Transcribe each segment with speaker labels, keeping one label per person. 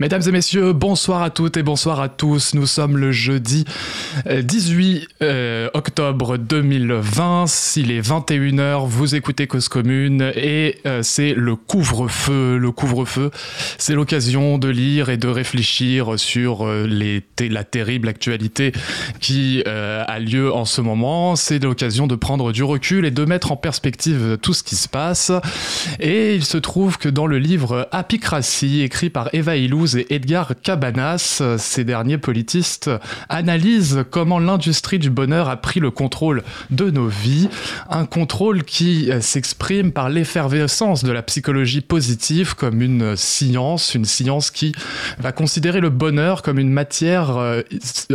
Speaker 1: Mesdames et messieurs, bonsoir à toutes et bonsoir à tous. Nous sommes le jeudi euh, 18 euh, octobre 2020. Il est 21h, vous écoutez Cause Commune et euh, c'est le couvre-feu. Le couvre-feu, c'est l'occasion de lire et de réfléchir sur euh, les té- la terrible actualité qui euh, a lieu en ce moment. C'est l'occasion de prendre du recul et de mettre en perspective tout ce qui se passe. Et il se trouve que dans le livre Apicratie, écrit par Eva Illouz et Edgar Cabanas, ces derniers politistes analysent comment l'industrie du bonheur a pris le contrôle de nos vies, un contrôle qui euh, s'exprime par l'effervescence de la psychologie positive comme une science, une science qui va considérer le bonheur comme une matière euh,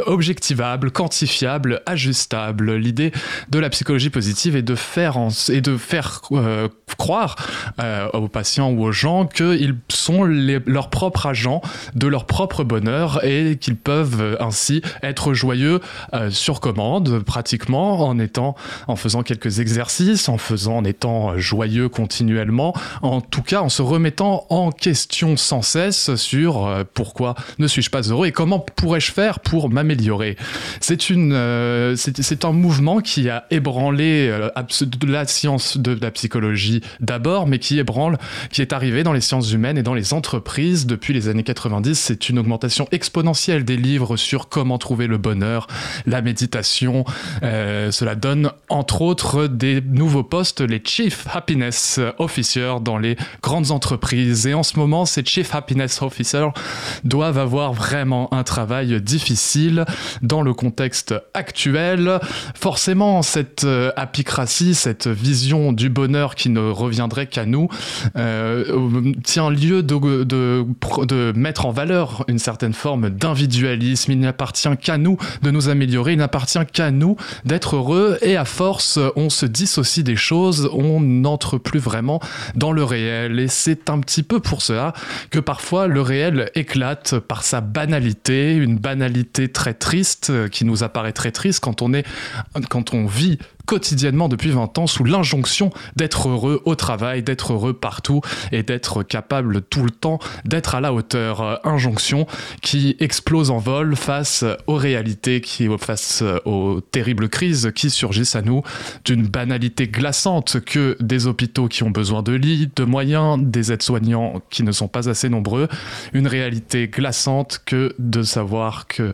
Speaker 1: objectivable, quantifiable, ajustable. L'idée de la psychologie positive est de faire, en- est de faire euh, croire euh, aux patients ou aux gens qu'ils sont les- leurs propres agents de leur propre bonheur et qu'ils peuvent euh, ainsi être joyeux euh, sur commande pratiquement en étant en faisant quelques exercices en faisant en étant euh, joyeux continuellement en tout cas en se remettant en question sans cesse sur euh, pourquoi ne suis-je pas heureux et comment pourrais-je faire pour m'améliorer c'est une euh, c'est c'est un mouvement qui a ébranlé euh, abs- de la science de la psychologie d'abord mais qui ébranle qui est arrivé dans les sciences humaines et dans les entreprises depuis les années 90. C'est une augmentation exponentielle des livres sur comment trouver le bonheur, la méditation. Euh, cela donne entre autres des nouveaux postes, les Chief Happiness Officer dans les grandes entreprises. Et en ce moment, ces Chief Happiness Officer doivent avoir vraiment un travail difficile dans le contexte actuel. Forcément, cette euh, apicratie, cette vision du bonheur qui ne reviendrait qu'à nous, euh, euh, tient lieu de, de, de mettre en valeur une certaine forme d'individualisme. Il n'appartient qu'à nous de nous améliorer, il n'appartient qu'à nous d'être heureux et à force, on se dissocie des choses, on n'entre plus vraiment dans le réel. Et c'est un petit peu pour cela que parfois le réel éclate par sa banalité, une banalité très triste euh, qui nous apparaît très triste quand on est, quand on vit quotidiennement depuis 20 ans sous l'injonction d'être heureux au travail, d'être heureux partout et d'être capable tout le temps d'être à la hauteur. Euh, Injonction qui explose en vol face aux réalités, qui, face euh, aux terribles crises qui surgissent à nous d'une banalité glaçante que des hôpitaux qui ont besoin de lits, de moyens, des aides-soignants qui ne sont pas assez nombreux, une réalité glaçante que de savoir que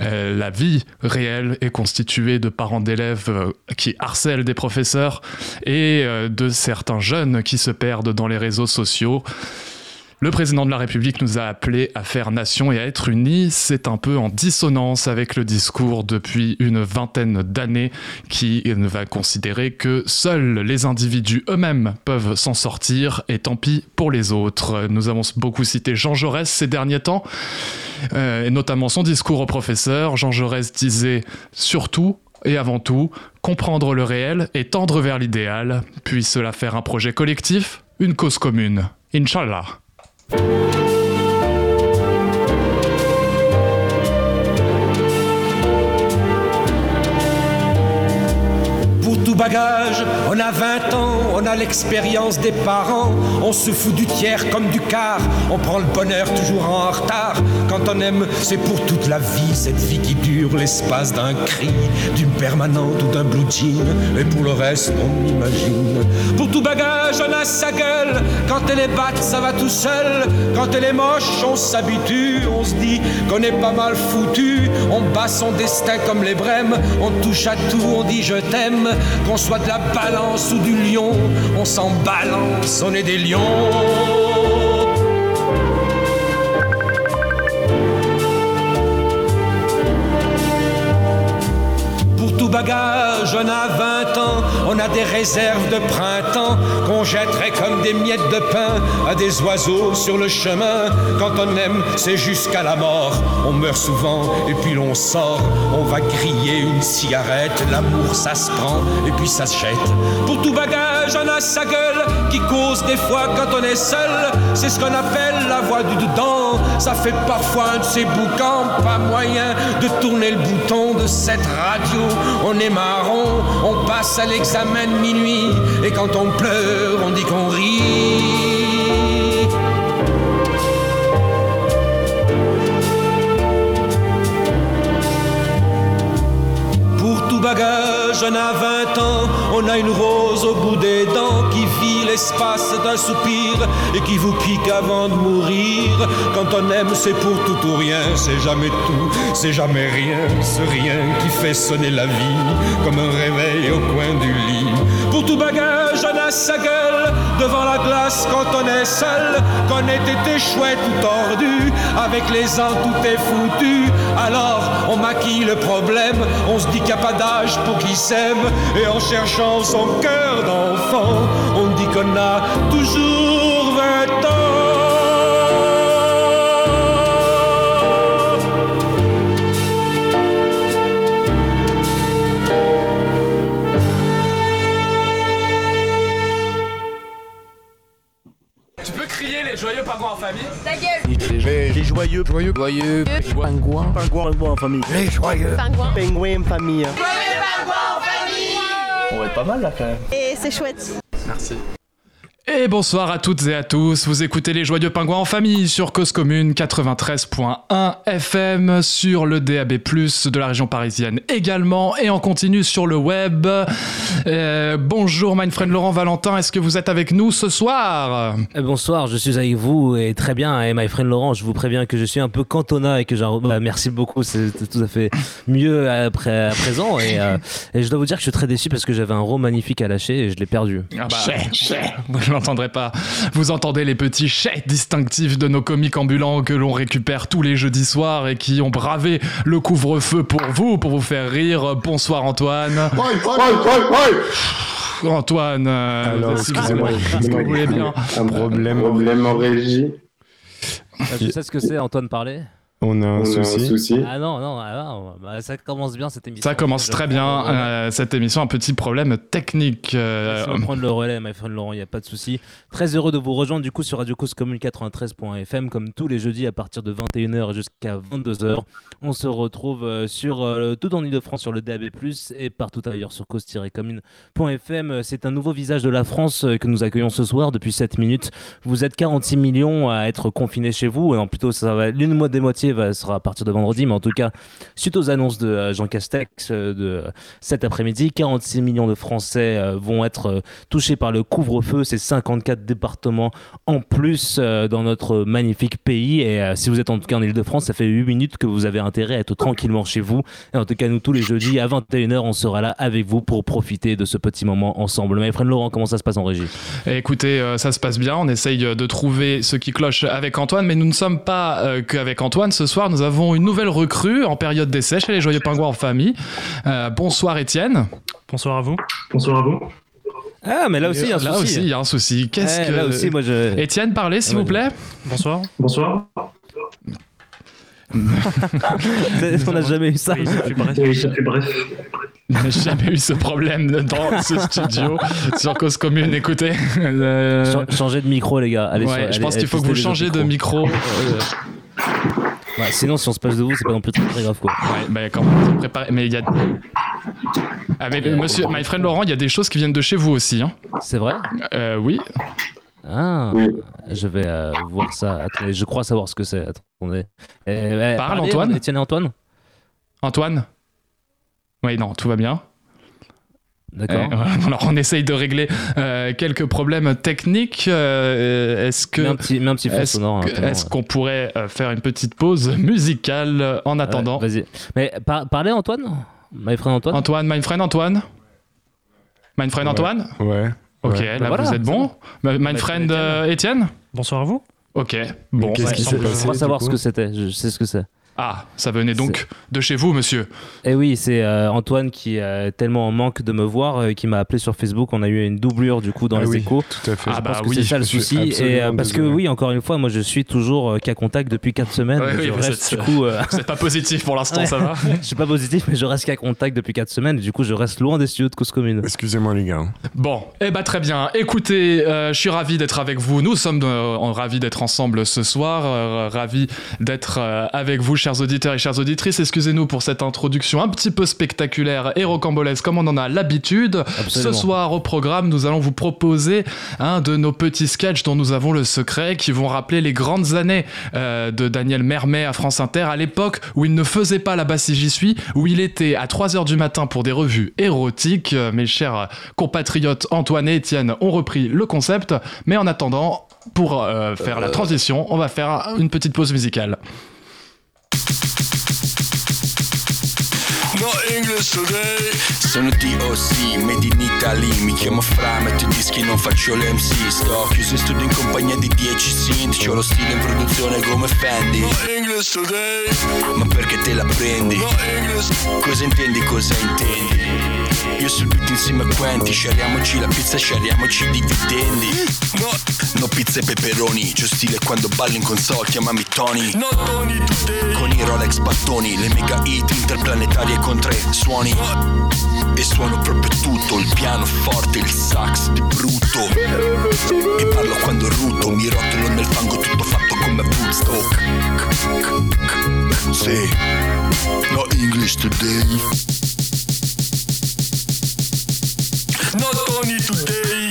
Speaker 1: euh, la vie réelle est constituée de parents d'élèves euh, qui harcèlent des professeurs et euh, de certains jeunes qui se perdent dans les réseaux sociaux. Le président de la République nous a appelés à faire nation et à être unis. C'est un peu en dissonance avec le discours depuis une vingtaine d'années qui ne va considérer que seuls les individus eux-mêmes peuvent s'en sortir et tant pis pour les autres. Nous avons beaucoup cité Jean Jaurès ces derniers temps, euh, et notamment son discours au professeur. Jean Jaurès disait surtout et avant tout comprendre le réel et tendre vers l'idéal, puis cela faire un projet collectif, une cause commune. Inch'Allah.
Speaker 2: Pour tout bagage, on a 20 ans, on a l'expérience des parents, on se fout du tiers comme du quart, on prend le bonheur toujours en retard. Quand on aime, c'est pour toute la vie, cette vie qui dure l'espace d'un cri, d'une permanente ou d'un blue jean, et pour le reste, on imagine. Pour tout bagage, on a sa gueule, quand elle est batte, ça va tout seul, quand elle est moche, on s'habitue, on se dit qu'on est pas mal foutu, on bat son destin comme les brèmes, on touche à tout, on dit je t'aime, qu'on soit de la balance ou du lion, on s'en balance, on est des lions. pour tout bagage, on a 20 ans, on a des réserves de printemps qu'on jetterait comme des miettes de pain à des oiseaux sur le chemin. Quand on aime, c'est jusqu'à la mort. On meurt souvent et puis l'on sort. On va griller une cigarette. L'amour, ça se prend et puis ça se jette. Pour tout bagage, on a sa gueule qui cause des fois quand on est seul. C'est ce qu'on appelle la voix du dedans. Ça fait parfois un de ces boucans, pas moyen de tourner le bouton de cette radio. On est marron, on passe à l'examen de minuit, et quand on pleure, on dit qu'on rit. jeune à 20 ans, on a une rose au bout des dents qui vit l'espace d'un soupir et qui vous pique avant de mourir. Quand on aime, c'est pour tout ou rien, c'est jamais tout, c'est jamais rien, ce rien qui fait sonner la vie comme un réveil au coin du lit. Pour tout bagage, on a sa gueule devant la glace quand on est seul, qu'on ait été chouette ou tordu, avec les ans tout est foutu. Alors on maquille le problème, on se dit qu'il n'y a pas d'âge pour qui s'aime, et en cherchant son cœur d'enfant, on dit qu'on a toujours 20 ans.
Speaker 3: Tu peux crier les joyeux pingouins en famille
Speaker 4: Ta gueule
Speaker 5: Les joyeux, joyeux, joyeux, pingouins, pingouins, pingouins en famille. Les joyeux,
Speaker 4: Pingouin
Speaker 5: pingouins en famille.
Speaker 4: Et c'est chouette
Speaker 1: Et bonsoir à toutes et à tous, vous écoutez les Joyeux Pingouins en famille sur Cause Commune 93.1 FM, sur le DAB+, de la région parisienne également, et en continu sur le web. Euh, bonjour my friend Laurent Valentin, est-ce que vous êtes avec nous ce soir
Speaker 6: Euh, Bonsoir, je suis avec vous et très bien. Et my friend Laurent, je vous préviens que je suis un peu cantona et que j'ai un- bah, merci beaucoup, c'est tout à fait mieux à, pré- à présent. Et, euh, et je dois vous dire que je suis très déçu parce que j'avais un rond magnifique à lâcher et je l'ai perdu.
Speaker 1: Ah bah, Vous ne l'entendrez pas. Vous entendez les petits chais distinctifs de nos comiques ambulants que l'on récupère tous les jeudis soirs et qui ont bravé le couvre-feu pour vous, pour vous faire rire. Bonsoir Antoine. Antoine, euh,
Speaker 7: Alors,
Speaker 1: si vous-
Speaker 7: excusez-moi,
Speaker 1: si vous
Speaker 7: excusez-moi,
Speaker 1: voulez bien.
Speaker 7: un problème.
Speaker 8: Problème en régie.
Speaker 6: Ah, Je sais ce que c'est, Antoine parlait.
Speaker 7: On a un
Speaker 8: On a Euh, un
Speaker 7: souci.
Speaker 8: souci.
Speaker 6: Ah non, non, ah non, bah, ça commence bien cette émission.
Speaker 1: Ça commence
Speaker 6: Je
Speaker 1: très
Speaker 6: prends
Speaker 1: bien,
Speaker 6: le relais.
Speaker 1: euh, cette émission. Un petit problème technique. euh,
Speaker 6: Merci de prendre le relais, my friend Laurent, il n'y a pas de souci. Très heureux de vous rejoindre du coup sur Radio Cause Commune 93.fm, comme tous les jeudis à partir de 21h jusqu'à 22h. On se retrouve euh, sur euh, tout en Ile-de-France sur le DAB+, et partout ailleurs sur cause-commune.fm. Euh, C'est un nouveau visage de la France euh, que nous accueillons ce soir depuis 7 minutes. Vous êtes 46 millions à être confinés chez vous, et en plutôt ça va l'une mo- des moitiés va- sera à partir de vendredi, mais en tout cas, suite aux annonces de euh, Jean Castex euh, de cet après-midi. 46 millions de Français euh, vont être euh, touchés par le couvre-feu. C'est 54 départements en plus euh, dans notre magnifique pays. Et euh, si vous êtes en tout cas en Ile-de-France, ça fait 8 minutes que vous avez intérêt à être tranquillement chez vous. Et en tout cas, nous, tous les jeudis à 21h, on sera là avec vous pour profiter de ce petit moment ensemble. Mais Fred Laurent, comment ça se passe en régie
Speaker 1: Et Écoutez, euh, ça se passe bien. On essaye euh, de trouver ce qui cloche avec Antoine, mais nous ne sommes pas euh, qu'avec Antoine. Ce soir, nous avons une nouvelle recrue en période d'essai chez les Joyeux Pingouins en famille. Euh, bonsoir, Étienne.
Speaker 9: Bonsoir à vous.
Speaker 6: Ah, mais là aussi, il y a un
Speaker 1: là
Speaker 6: souci.
Speaker 1: aussi, il y a un souci. Qu'est-ce
Speaker 6: Eh,
Speaker 1: que
Speaker 6: Là aussi, moi, je...
Speaker 1: Étienne, parlez, s'il
Speaker 6: Ah,
Speaker 1: vous plaît.
Speaker 9: Bonsoir.
Speaker 6: on n'a jamais eu ça.
Speaker 9: Oui, ça fait bref.
Speaker 1: J'ai jamais eu ce problème dans ce studio sur Cause Commune. Écoutez, euh,
Speaker 6: Ch- Changez de micro, les gars. Allez,
Speaker 1: ouais,
Speaker 6: sur-
Speaker 1: je
Speaker 6: allez-
Speaker 1: pense
Speaker 6: allez,
Speaker 1: qu'il faut que vous
Speaker 6: testez les autres
Speaker 1: changez de
Speaker 6: micros.
Speaker 1: micro. Euh,
Speaker 6: Ouais, Bah, sinon, si on se passe de vous, c'est pas non plus très, très grave, quoi.
Speaker 1: Ouais, bah, quand vous vous préparez- mais il y a. Ah, mais, euh, monsieur, my friend Laurent, il y a des choses qui viennent de chez vous aussi. Hein.
Speaker 6: C'est vrai
Speaker 1: Euh, oui.
Speaker 6: Ah,
Speaker 8: Oui.
Speaker 6: je vais euh, voir ça. Attendez, je crois savoir ce que c'est. Attendez. Eh, eh,
Speaker 1: Parle,
Speaker 6: parlez,
Speaker 1: Antoine.
Speaker 6: Étienne et Antoine
Speaker 1: Antoine Oui, non, tout va bien.
Speaker 6: D'accord.
Speaker 1: Euh, voilà, alors, on essaye de régler euh, quelques problèmes techniques. Euh, Est-ce
Speaker 6: Mets un
Speaker 1: que.
Speaker 6: petit, mets un petit fond
Speaker 1: Est-ce
Speaker 6: sonore. hein,
Speaker 1: que-
Speaker 6: attends,
Speaker 1: est-ce
Speaker 6: ouais.
Speaker 1: qu'on pourrait euh, faire une petite pause musicale euh, en
Speaker 6: Ouais,
Speaker 1: attendant
Speaker 6: Vas-y. Mais par- parlez, Antoine My friend Antoine
Speaker 1: Antoine, my friend Antoine My friend Antoine
Speaker 7: Ouais.
Speaker 1: Ok,
Speaker 7: Ouais.
Speaker 1: là
Speaker 6: Bah voilà,
Speaker 1: vous êtes
Speaker 6: c'est
Speaker 1: bon. My- My
Speaker 6: Bah,
Speaker 1: friend
Speaker 6: Étienne.
Speaker 1: euh, Étienne
Speaker 9: Bonsoir à vous.
Speaker 1: Ok, bon.
Speaker 7: qu'est-ce
Speaker 1: ouais,
Speaker 7: qui
Speaker 1: semble-
Speaker 7: s'est passé
Speaker 6: Je crois
Speaker 7: du
Speaker 6: savoir ce
Speaker 7: coup
Speaker 6: que c'était. Je, je sais ce que c'est.
Speaker 1: Ah, ça venait donc de chez vous, monsieur.
Speaker 6: Et oui, c'est euh, Antoine qui est euh, tellement en manque de me voir, euh, qui m'a appelé sur Facebook. On a eu une doublure du coup dans
Speaker 7: Ah
Speaker 6: les
Speaker 7: oui.
Speaker 6: échos.
Speaker 7: Tout à fait.
Speaker 1: Ah,
Speaker 6: Je
Speaker 1: bah
Speaker 6: pense que
Speaker 1: oui,
Speaker 6: c'est ça le
Speaker 7: je suis
Speaker 6: souci. Et, euh,
Speaker 7: absolument
Speaker 6: parce que
Speaker 7: désolé.
Speaker 6: oui, encore une fois, moi je suis toujours euh, qu'à contact depuis 4 semaines.
Speaker 1: Ouais, oui,
Speaker 6: je
Speaker 1: vous
Speaker 6: reste,
Speaker 1: êtes-
Speaker 6: du coup, euh,
Speaker 1: C'est pas positif pour l'instant, ça va
Speaker 6: je suis pas positif, mais je reste qu'à contact depuis 4 semaines. Et du coup, je reste loin des studios de cause commune.
Speaker 7: Excusez-moi, les gars.
Speaker 1: Bon, eh bah très bien. Écoutez, euh, je suis ravi d'être avec vous. Nous sommes euh, en- ravis d'être ensemble ce soir, euh, ravis d'être euh, avec vous chers auditeurs et chères auditrices. Excusez-nous pour cette introduction un petit peu spectaculaire et rocambolesque comme on en a l'habitude. Ce
Speaker 6: Absolument.
Speaker 1: soir au programme, nous allons vous proposer un de nos petits sketchs dont nous avons le secret qui vont rappeler les grandes années euh, de Daniel Mermet à France Inter à l'époque où il ne faisait pas la basse si j'y suis, où il était à 3h du matin pour des revues érotiques. Euh, Mes chers compatriotes Antoine et Étienne ont repris le concept, mais en attendant, pour euh, faire la transition, on va faire une petite pause musicale.
Speaker 7: No English today Sono DOC, made in Italy Mi chiamo Fra, metto i dischi, non faccio l'MC Sto chiuso in studio in compagnia di 10 synth C'ho lo stile in produzione come Fendi No English today Ma perché te la prendi? No English Cosa intendi, cosa intendi? Io sul beat insieme a Quentin Sciariamoci la pizza, sciariamoci i dividendi No, no pizza e peperoni C'ho stile quando ballo in console, chiamami Tony No Tony today Con i Rolex battoni Le mega hit interplanetarie con tre suoni E suono proprio tutto Il pianoforte, il sax di brutto E parlo quando ruto Mi rotolo nel fango tutto fatto come a Woodstock Sì No English today Not only today.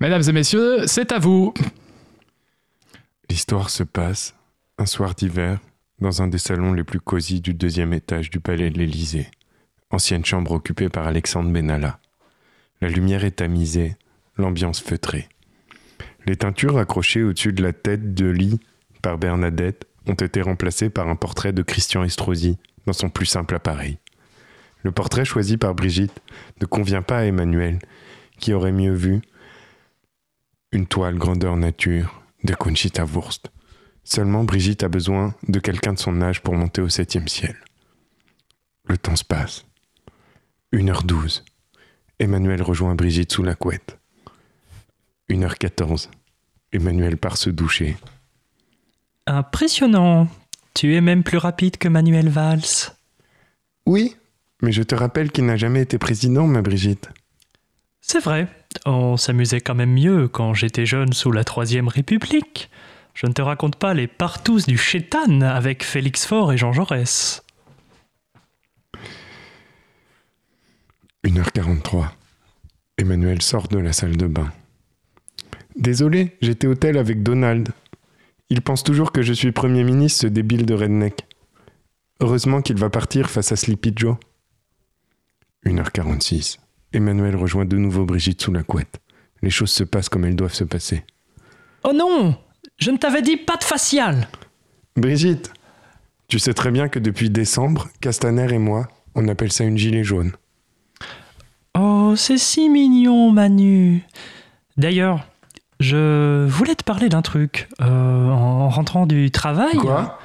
Speaker 1: Mesdames et messieurs, c'est à vous.
Speaker 8: L'histoire se passe un soir d'hiver dans un des salons les plus cosy du deuxième étage du palais de l'Élysée, ancienne chambre occupée par Alexandre Benalla. La lumière est tamisée, l'ambiance feutrée. Les teintures accrochées au-dessus de la tête de lit par Bernadette ont été remplacées par un portrait de Christian Estrosi dans son plus simple appareil. Le portrait choisi par Brigitte ne convient pas à Emmanuel, qui aurait mieux vu une toile grandeur nature de Conchita Wurst. Seulement Brigitte a besoin de quelqu'un de son âge pour monter au septième ciel. Le temps se passe. 1h12. Emmanuel rejoint Brigitte sous la couette. 1h14. Emmanuel part se doucher.
Speaker 9: Impressionnant. Tu es même plus rapide que Manuel Valls.
Speaker 8: Oui, mais je te rappelle qu'il n'a jamais été président, ma Brigitte.
Speaker 9: C'est vrai, on s'amusait quand même mieux quand j'étais jeune sous la Troisième République. Je ne te raconte pas les partous du chétan avec Félix Faure et Jean Jaurès.
Speaker 8: 1h43. Emmanuel sort de la salle de bain. Désolé, j'étais au tel avec Donald. Il pense toujours que je suis Premier ministre, ce débile de redneck. Heureusement qu'il va partir face à Sleepy Joe. 1h46. Emmanuel rejoint de nouveau Brigitte sous la couette. Les choses se passent comme elles doivent se passer.
Speaker 9: Oh non Je ne t'avais dit pas de facial
Speaker 8: Brigitte, tu sais très bien que depuis décembre, Castaner et moi, on appelle ça une gilet jaune.
Speaker 9: Oh, c'est si mignon, Manu. D'ailleurs, je voulais te parler d'un truc. Euh, en rentrant du travail.
Speaker 8: Quoi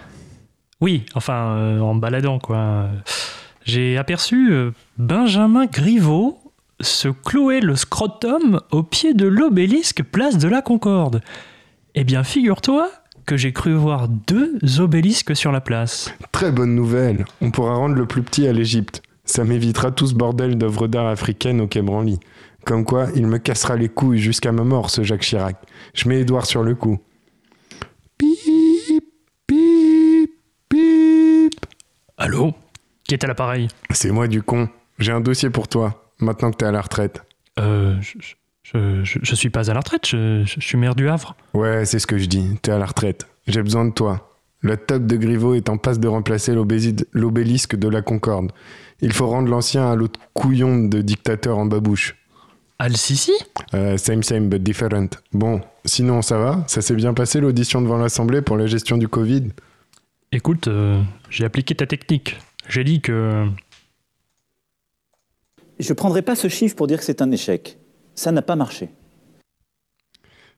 Speaker 9: Oui, enfin, euh, en me baladant, quoi. Euh, J'ai aperçu euh, Benjamin Griveaux se clouer le scrotum au pied de l'obélisque place de la Concorde. Eh bien, figure-toi que j'ai cru voir deux obélisques sur la place.
Speaker 8: Très bonne nouvelle, on pourra rendre le plus petit à l'Égypte. Ça m'évitera tout ce bordel d'œuvres d'art africaines au Québranly. Comme quoi, il me cassera les couilles jusqu'à ma mort, ce Jacques Chirac. Je mets Édouard sur le coup. Pip, pip, pip.
Speaker 9: Allô Qui est à l'appareil
Speaker 8: C'est moi du con. J'ai un dossier pour toi, maintenant que t'es à la retraite.
Speaker 9: Euh, je, je, je- je suis pas à la retraite, je, je- je suis maire du Havre.
Speaker 8: Ouais, c'est ce que je dis, t'es à la retraite. J'ai besoin de toi. Le top de Griveau est en passe de remplacer l'obési- l'obélisque de la Concorde. Il faut rendre l'ancien à l'autre couillon de dictateur en babouche.
Speaker 9: Al-Sisi
Speaker 8: Euh, same, same, but different. Bon, sinon, ça va Ça s'est bien passé l'audition devant l'Assemblée pour la gestion du Covid
Speaker 9: Écoute, euh, j'ai appliqué ta technique. J'ai dit que...
Speaker 10: Je ne prendrai pas ce chiffre pour dire que c'est un échec. Ça n'a pas marché.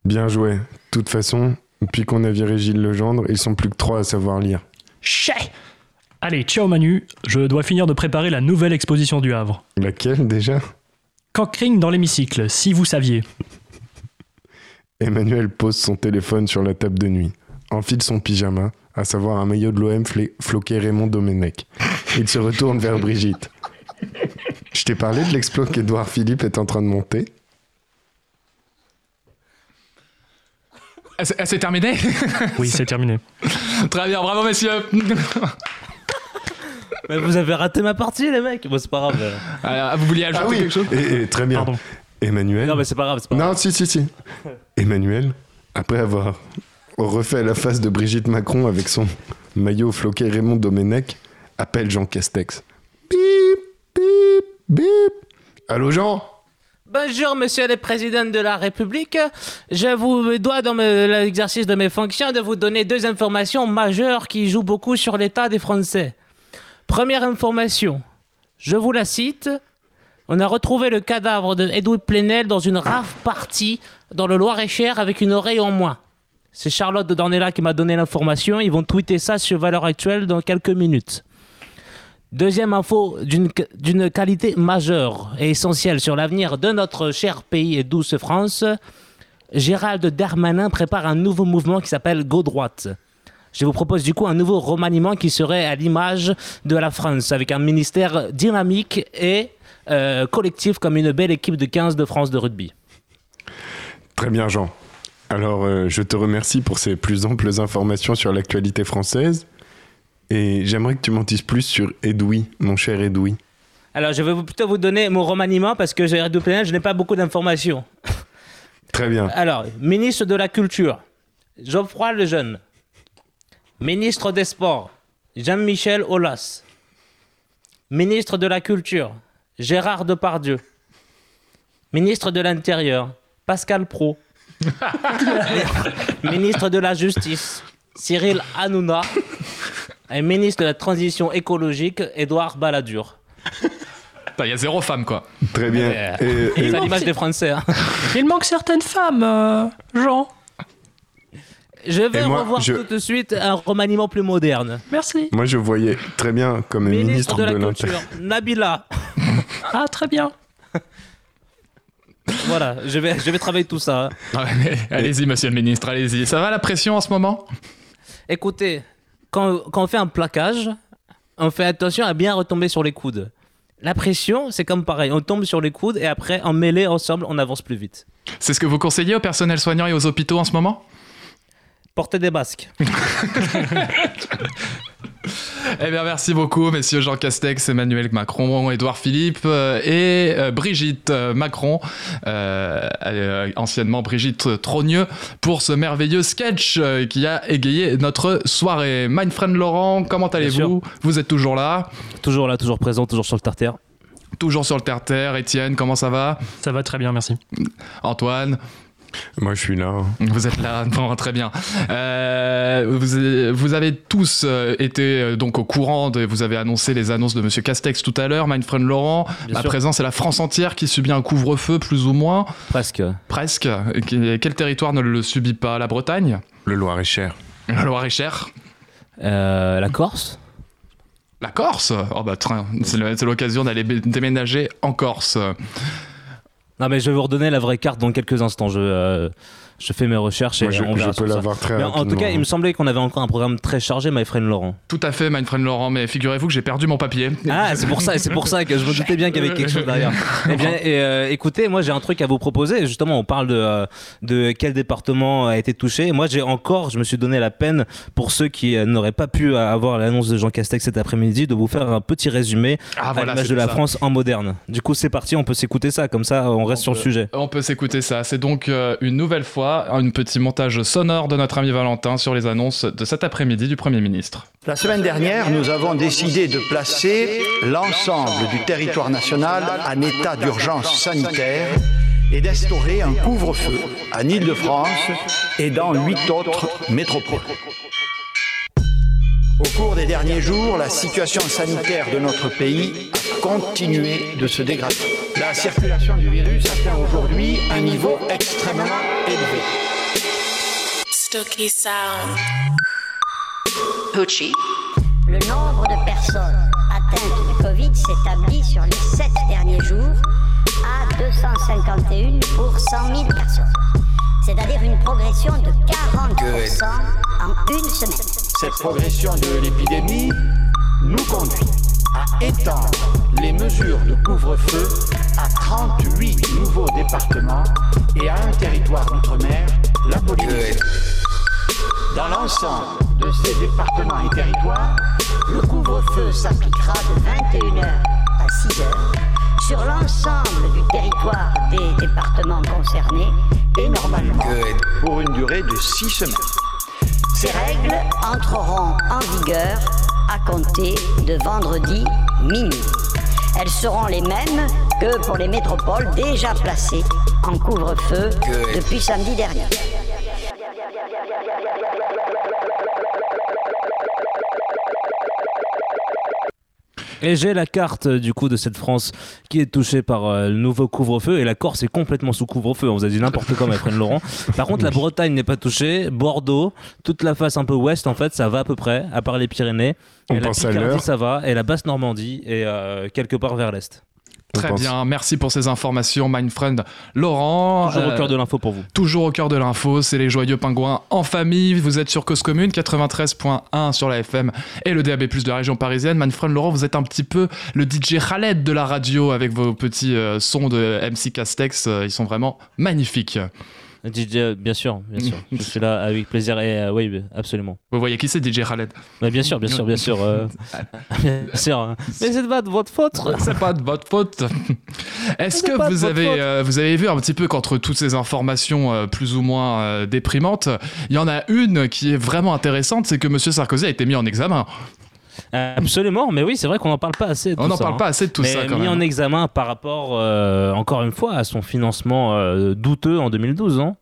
Speaker 8: Bien joué. De toute façon, Depuis qu'on a viré Gilles Legendre, ils sont plus que trois à savoir lire.
Speaker 9: Chais Allez, ciao Manu, je dois finir de préparer la nouvelle exposition du Havre.
Speaker 8: Laquelle déjà
Speaker 9: Cockring dans l'hémicycle, si vous saviez.
Speaker 8: Emmanuel pose son téléphone sur la table de nuit, enfile son pyjama, à savoir un maillot de l'OM flé- floqué Raymond Domenech. Il se retourne vers Brigitte. Je t'ai parlé de l'exploit qu'Edouard Philippe est en train de monter
Speaker 1: Ah, c'est- ah, c'est terminé
Speaker 9: Oui, c'est terminé.
Speaker 1: Très bien, bravo messieurs
Speaker 11: Mais vous avez raté ma partie, les mecs. Bon, c'est pas grave. euh.
Speaker 1: Ah, Vous vouliez ajouter
Speaker 8: Ah oui,
Speaker 1: quelque chose
Speaker 8: et- et très bien.
Speaker 9: Pardon.
Speaker 8: Emmanuel.
Speaker 11: Non, mais c'est pas grave. c'est pas
Speaker 8: Non, si, si, si. Emmanuel, après avoir refait la face de Brigitte Macron avec son maillot floqué Raymond Domenech, appelle Jean Castex. Bip, bip, bip. Allô, Jean
Speaker 6: Bonjour, monsieur le président de la République. Je vous dois, dans me- l'exercice de mes fonctions, de vous donner deux informations majeures qui jouent beaucoup sur l'état des Français. Première information, je vous la cite. On a retrouvé le cadavre de Edoui Plenel dans une rave partie dans le Loir-et-Cher avec une oreille en moins. C'est Charlotte de Dornella qui m'a donné l'information. Ils vont tweeter ça sur Valeurs Actuelles dans quelques minutes. Deuxième info d'une d'une qualité majeure et essentielle sur l'avenir de notre cher pays et douce France. Gérald Darmanin prépare un nouveau mouvement qui s'appelle Go Droite. Je vous propose du coup un nouveau remaniement qui serait à l'image de la France, avec un ministère dynamique et euh, collectif comme une belle équipe de 15 de France de rugby.
Speaker 8: Très bien, Jean. Alors, euh, je te remercie pour ces plus amples informations sur l'actualité française. Et j'aimerais que tu m'en dises plus sur Edoui, mon cher Edoui.
Speaker 6: Alors je vais vous- plutôt vous donner mon remaniement parce que Gérald Darmanin, je n'ai pas beaucoup d'informations.
Speaker 8: Très bien.
Speaker 6: Alors, ministre de la Culture, Geoffroy Lejeune. Ministre des Sports, Jean-Michel Aulas. Ministre de la Culture, Gérard Depardieu. Ministre de l'Intérieur, Pascal Pro. ministre de la Justice, Cyril Hanouna. Et ministre de la Transition écologique, Édouard Balladur.
Speaker 1: Putain, Il y a zéro femme quoi.
Speaker 8: Très bien.
Speaker 6: Et
Speaker 8: Et- et-
Speaker 6: c'est à l'image des Français. hein.
Speaker 9: Il manque certaines femmes, euh, Jean.
Speaker 6: Je vais
Speaker 8: Et moi,
Speaker 6: revoir
Speaker 8: je-
Speaker 6: tout de suite un remaniement plus moderne.
Speaker 9: Merci.
Speaker 8: moi, je voyais très bien comme
Speaker 6: Ministre
Speaker 8: ministre,
Speaker 6: de la
Speaker 8: l'Intérieur.
Speaker 6: Culture, Nabila.
Speaker 9: Ah, très bien.
Speaker 6: Voilà, je vais, je vais travailler tout ça. hein.
Speaker 1: Ah, mais Allez-y monsieur le ministre, allez-y. Ça va la pression en ce moment
Speaker 6: Écoutez, quand, quand on fait un plaquage, on fait attention à bien retomber sur les coudes. La pression, c'est comme pareil, on tombe sur les coudes et après, en mêlée ensemble, on avance plus vite.
Speaker 1: C'est ce que vous conseillez au personnel soignant et aux hôpitaux en ce moment
Speaker 6: Portez des basques.
Speaker 1: Eh bien merci beaucoup messieurs Jean Castex, Emmanuel Macron, Édouard Philippe euh, et euh, Brigitte euh, Macron, euh, euh, anciennement Brigitte Trogneux, pour ce merveilleux sketch euh, qui a égayé notre soirée. My friend Laurent, comment allez-vous Vous êtes toujours là
Speaker 11: Toujours là, toujours présent, toujours sur le tartare.
Speaker 1: Toujours sur le terre-terre, Étienne, comment ça va
Speaker 9: Ça va très bien, merci.
Speaker 1: Antoine,
Speaker 8: Moi, je suis là. hein.
Speaker 1: vous êtes là, bon, très bien. Euh, vous, vous avez tous euh, été euh, donc au courant, de, vous avez annoncé les annonces de Monsieur Castex tout à l'heure, Mindfriend Laurent.
Speaker 11: Bien
Speaker 1: à
Speaker 11: sûr.
Speaker 1: présent, c'est la France entière qui subit un couvre-feu, plus ou moins,
Speaker 11: Presque.
Speaker 1: presque. Et qui- Quel territoire ne le subit pas La Bretagne
Speaker 8: Le Loir-et-Cher.
Speaker 1: La Loire-et-Cher
Speaker 11: Euh, la Corse
Speaker 1: La Corse Oh bah, train, c'est le- c'est l'occasion d'aller bé- déménager en Corse.
Speaker 11: Non, mais je vais vous redonner la vraie carte dans quelques instants. Je, euh, je fais mes recherches et
Speaker 8: Moi, je,
Speaker 11: on
Speaker 8: je
Speaker 11: verra
Speaker 8: peux
Speaker 11: tout ça.
Speaker 8: l'avoir très
Speaker 11: Mais en-
Speaker 8: rapidement. hein.
Speaker 11: en tout cas, il me semblait qu'on avait encore un programme très chargé, my friend Laurent.
Speaker 1: Tout à fait, Mindfriend Laurent, mais figurez-vous que j'ai perdu mon papier.
Speaker 11: Ah, c'est pour ça, c'est pour ça que je me doutais bien qu'il y avait quelque chose derrière. Eh bien, et, euh, écoutez, moi j'ai un truc à vous proposer. Justement, on parle de, euh, de quel département a été touché. Moi, j'ai encore, je me suis donné la peine pour ceux qui euh, n'auraient pas pu euh, avoir l'annonce de Jean Castex cet après-midi de vous faire un petit résumé
Speaker 1: Ah,
Speaker 11: à l'image
Speaker 1: c'était
Speaker 11: de la
Speaker 1: ça.
Speaker 11: France en moderne. Du coup, c'est parti, on peut s'écouter ça. Comme ça, on reste sur le sujet.
Speaker 1: On peut s'écouter ça. C'est donc euh, une nouvelle fois un petit montage sonore de notre ami Valentin sur les annonces de cet après-midi du Premier ministre.
Speaker 12: La semaine dernière, nous avons décidé de placer l'ensemble du territoire national en état d'urgence sanitaire et d'instaurer un couvre-feu en Île-de-France et dans huit autres métropoles. Au cours des derniers jours, la situation sanitaire de notre pays a continué de se dégrader. La circulation du virus atteint aujourd'hui un niveau extrêmement élevé.
Speaker 13: Stooky Sound.
Speaker 14: Gucci.
Speaker 15: Le nombre de personnes atteintes de Covid s'établit sur les 7 derniers jours à 251 pour 100 000 personnes. C'est-à-dire une progression de 40% en une semaine.
Speaker 12: Cette progression de l'épidémie nous conduit à étendre les mesures de couvre-feu à 38 nouveaux départements et à un territoire d'outre-mer, la Polynésie. Dans l'ensemble de ces départements et territoires, le couvre-feu s'appliquera
Speaker 15: de 21h à 6h sur l'ensemble du territoire des départements concernés
Speaker 12: et normalement pour une durée de 6 semaines.
Speaker 15: Ces règles entreront en vigueur à compter de vendredi minuit. Elles seront les mêmes que pour les métropoles déjà placées en couvre-feu depuis samedi dernier.
Speaker 6: Et j'ai la carte euh, du coup de cette France qui est touchée par euh, le nouveau couvre-feu et la Corse est complètement sous couvre-feu. On vous a dit n'importe quoi, Maître Laurent. Par contre, la Bretagne n'est pas touchée, Bordeaux, toute la face un peu ouest en fait, ça va à peu près, à part les Pyrénées.
Speaker 8: On
Speaker 6: et la
Speaker 8: pense à
Speaker 6: Picardie,
Speaker 8: l'heure.
Speaker 6: ça va, et la basse Normandie et euh, quelque part vers l'est.
Speaker 1: Très bien, merci pour ces informations, my friend Laurent. Euh,
Speaker 6: Toujours au cœur de l'info pour vous.
Speaker 1: Toujours au cœur de l'info, c'est les joyeux pingouins en famille. Vous êtes sur Cause Commune, 93.1 sur la FM et le DAB+, de la région parisienne. Manfred Laurent, vous êtes un petit peu le DJ Khaled de la radio avec vos petits euh, sons de MC Castex. euh, Ils sont vraiment magnifiques.
Speaker 6: DJ, euh, bien sûr, bien sûr. Je suis là avec plaisir et euh, oui, absolument.
Speaker 1: Vous voyez qui c'est DJ Khaled
Speaker 6: Ouais, Bien sûr, bien sûr, bien sûr. euh, bien sûr. hein. Mais c'est pas de votre faute.
Speaker 1: C'est pas de votre faute. Est-ce
Speaker 6: C'est
Speaker 1: que
Speaker 6: pas de
Speaker 1: vous
Speaker 6: votre
Speaker 1: avez,
Speaker 6: faute.
Speaker 1: euh, vous avez vu un petit peu qu'entre toutes ces informations euh, plus ou moins euh, déprimantes, il y en a une qui est vraiment intéressante, c'est que M. Sarkozy a été mis en examen.
Speaker 6: Absolument, mais oui, c'est vrai qu'on n'en parle pas assez. de
Speaker 1: On
Speaker 6: tout
Speaker 1: n'en
Speaker 6: ça,
Speaker 1: parle
Speaker 6: hein.
Speaker 1: pas assez de tout
Speaker 6: Mais
Speaker 1: ça, quand
Speaker 6: mis
Speaker 1: même.
Speaker 6: en examen par rapport, euh, encore une fois, à son financement euh, douteux en 2012, non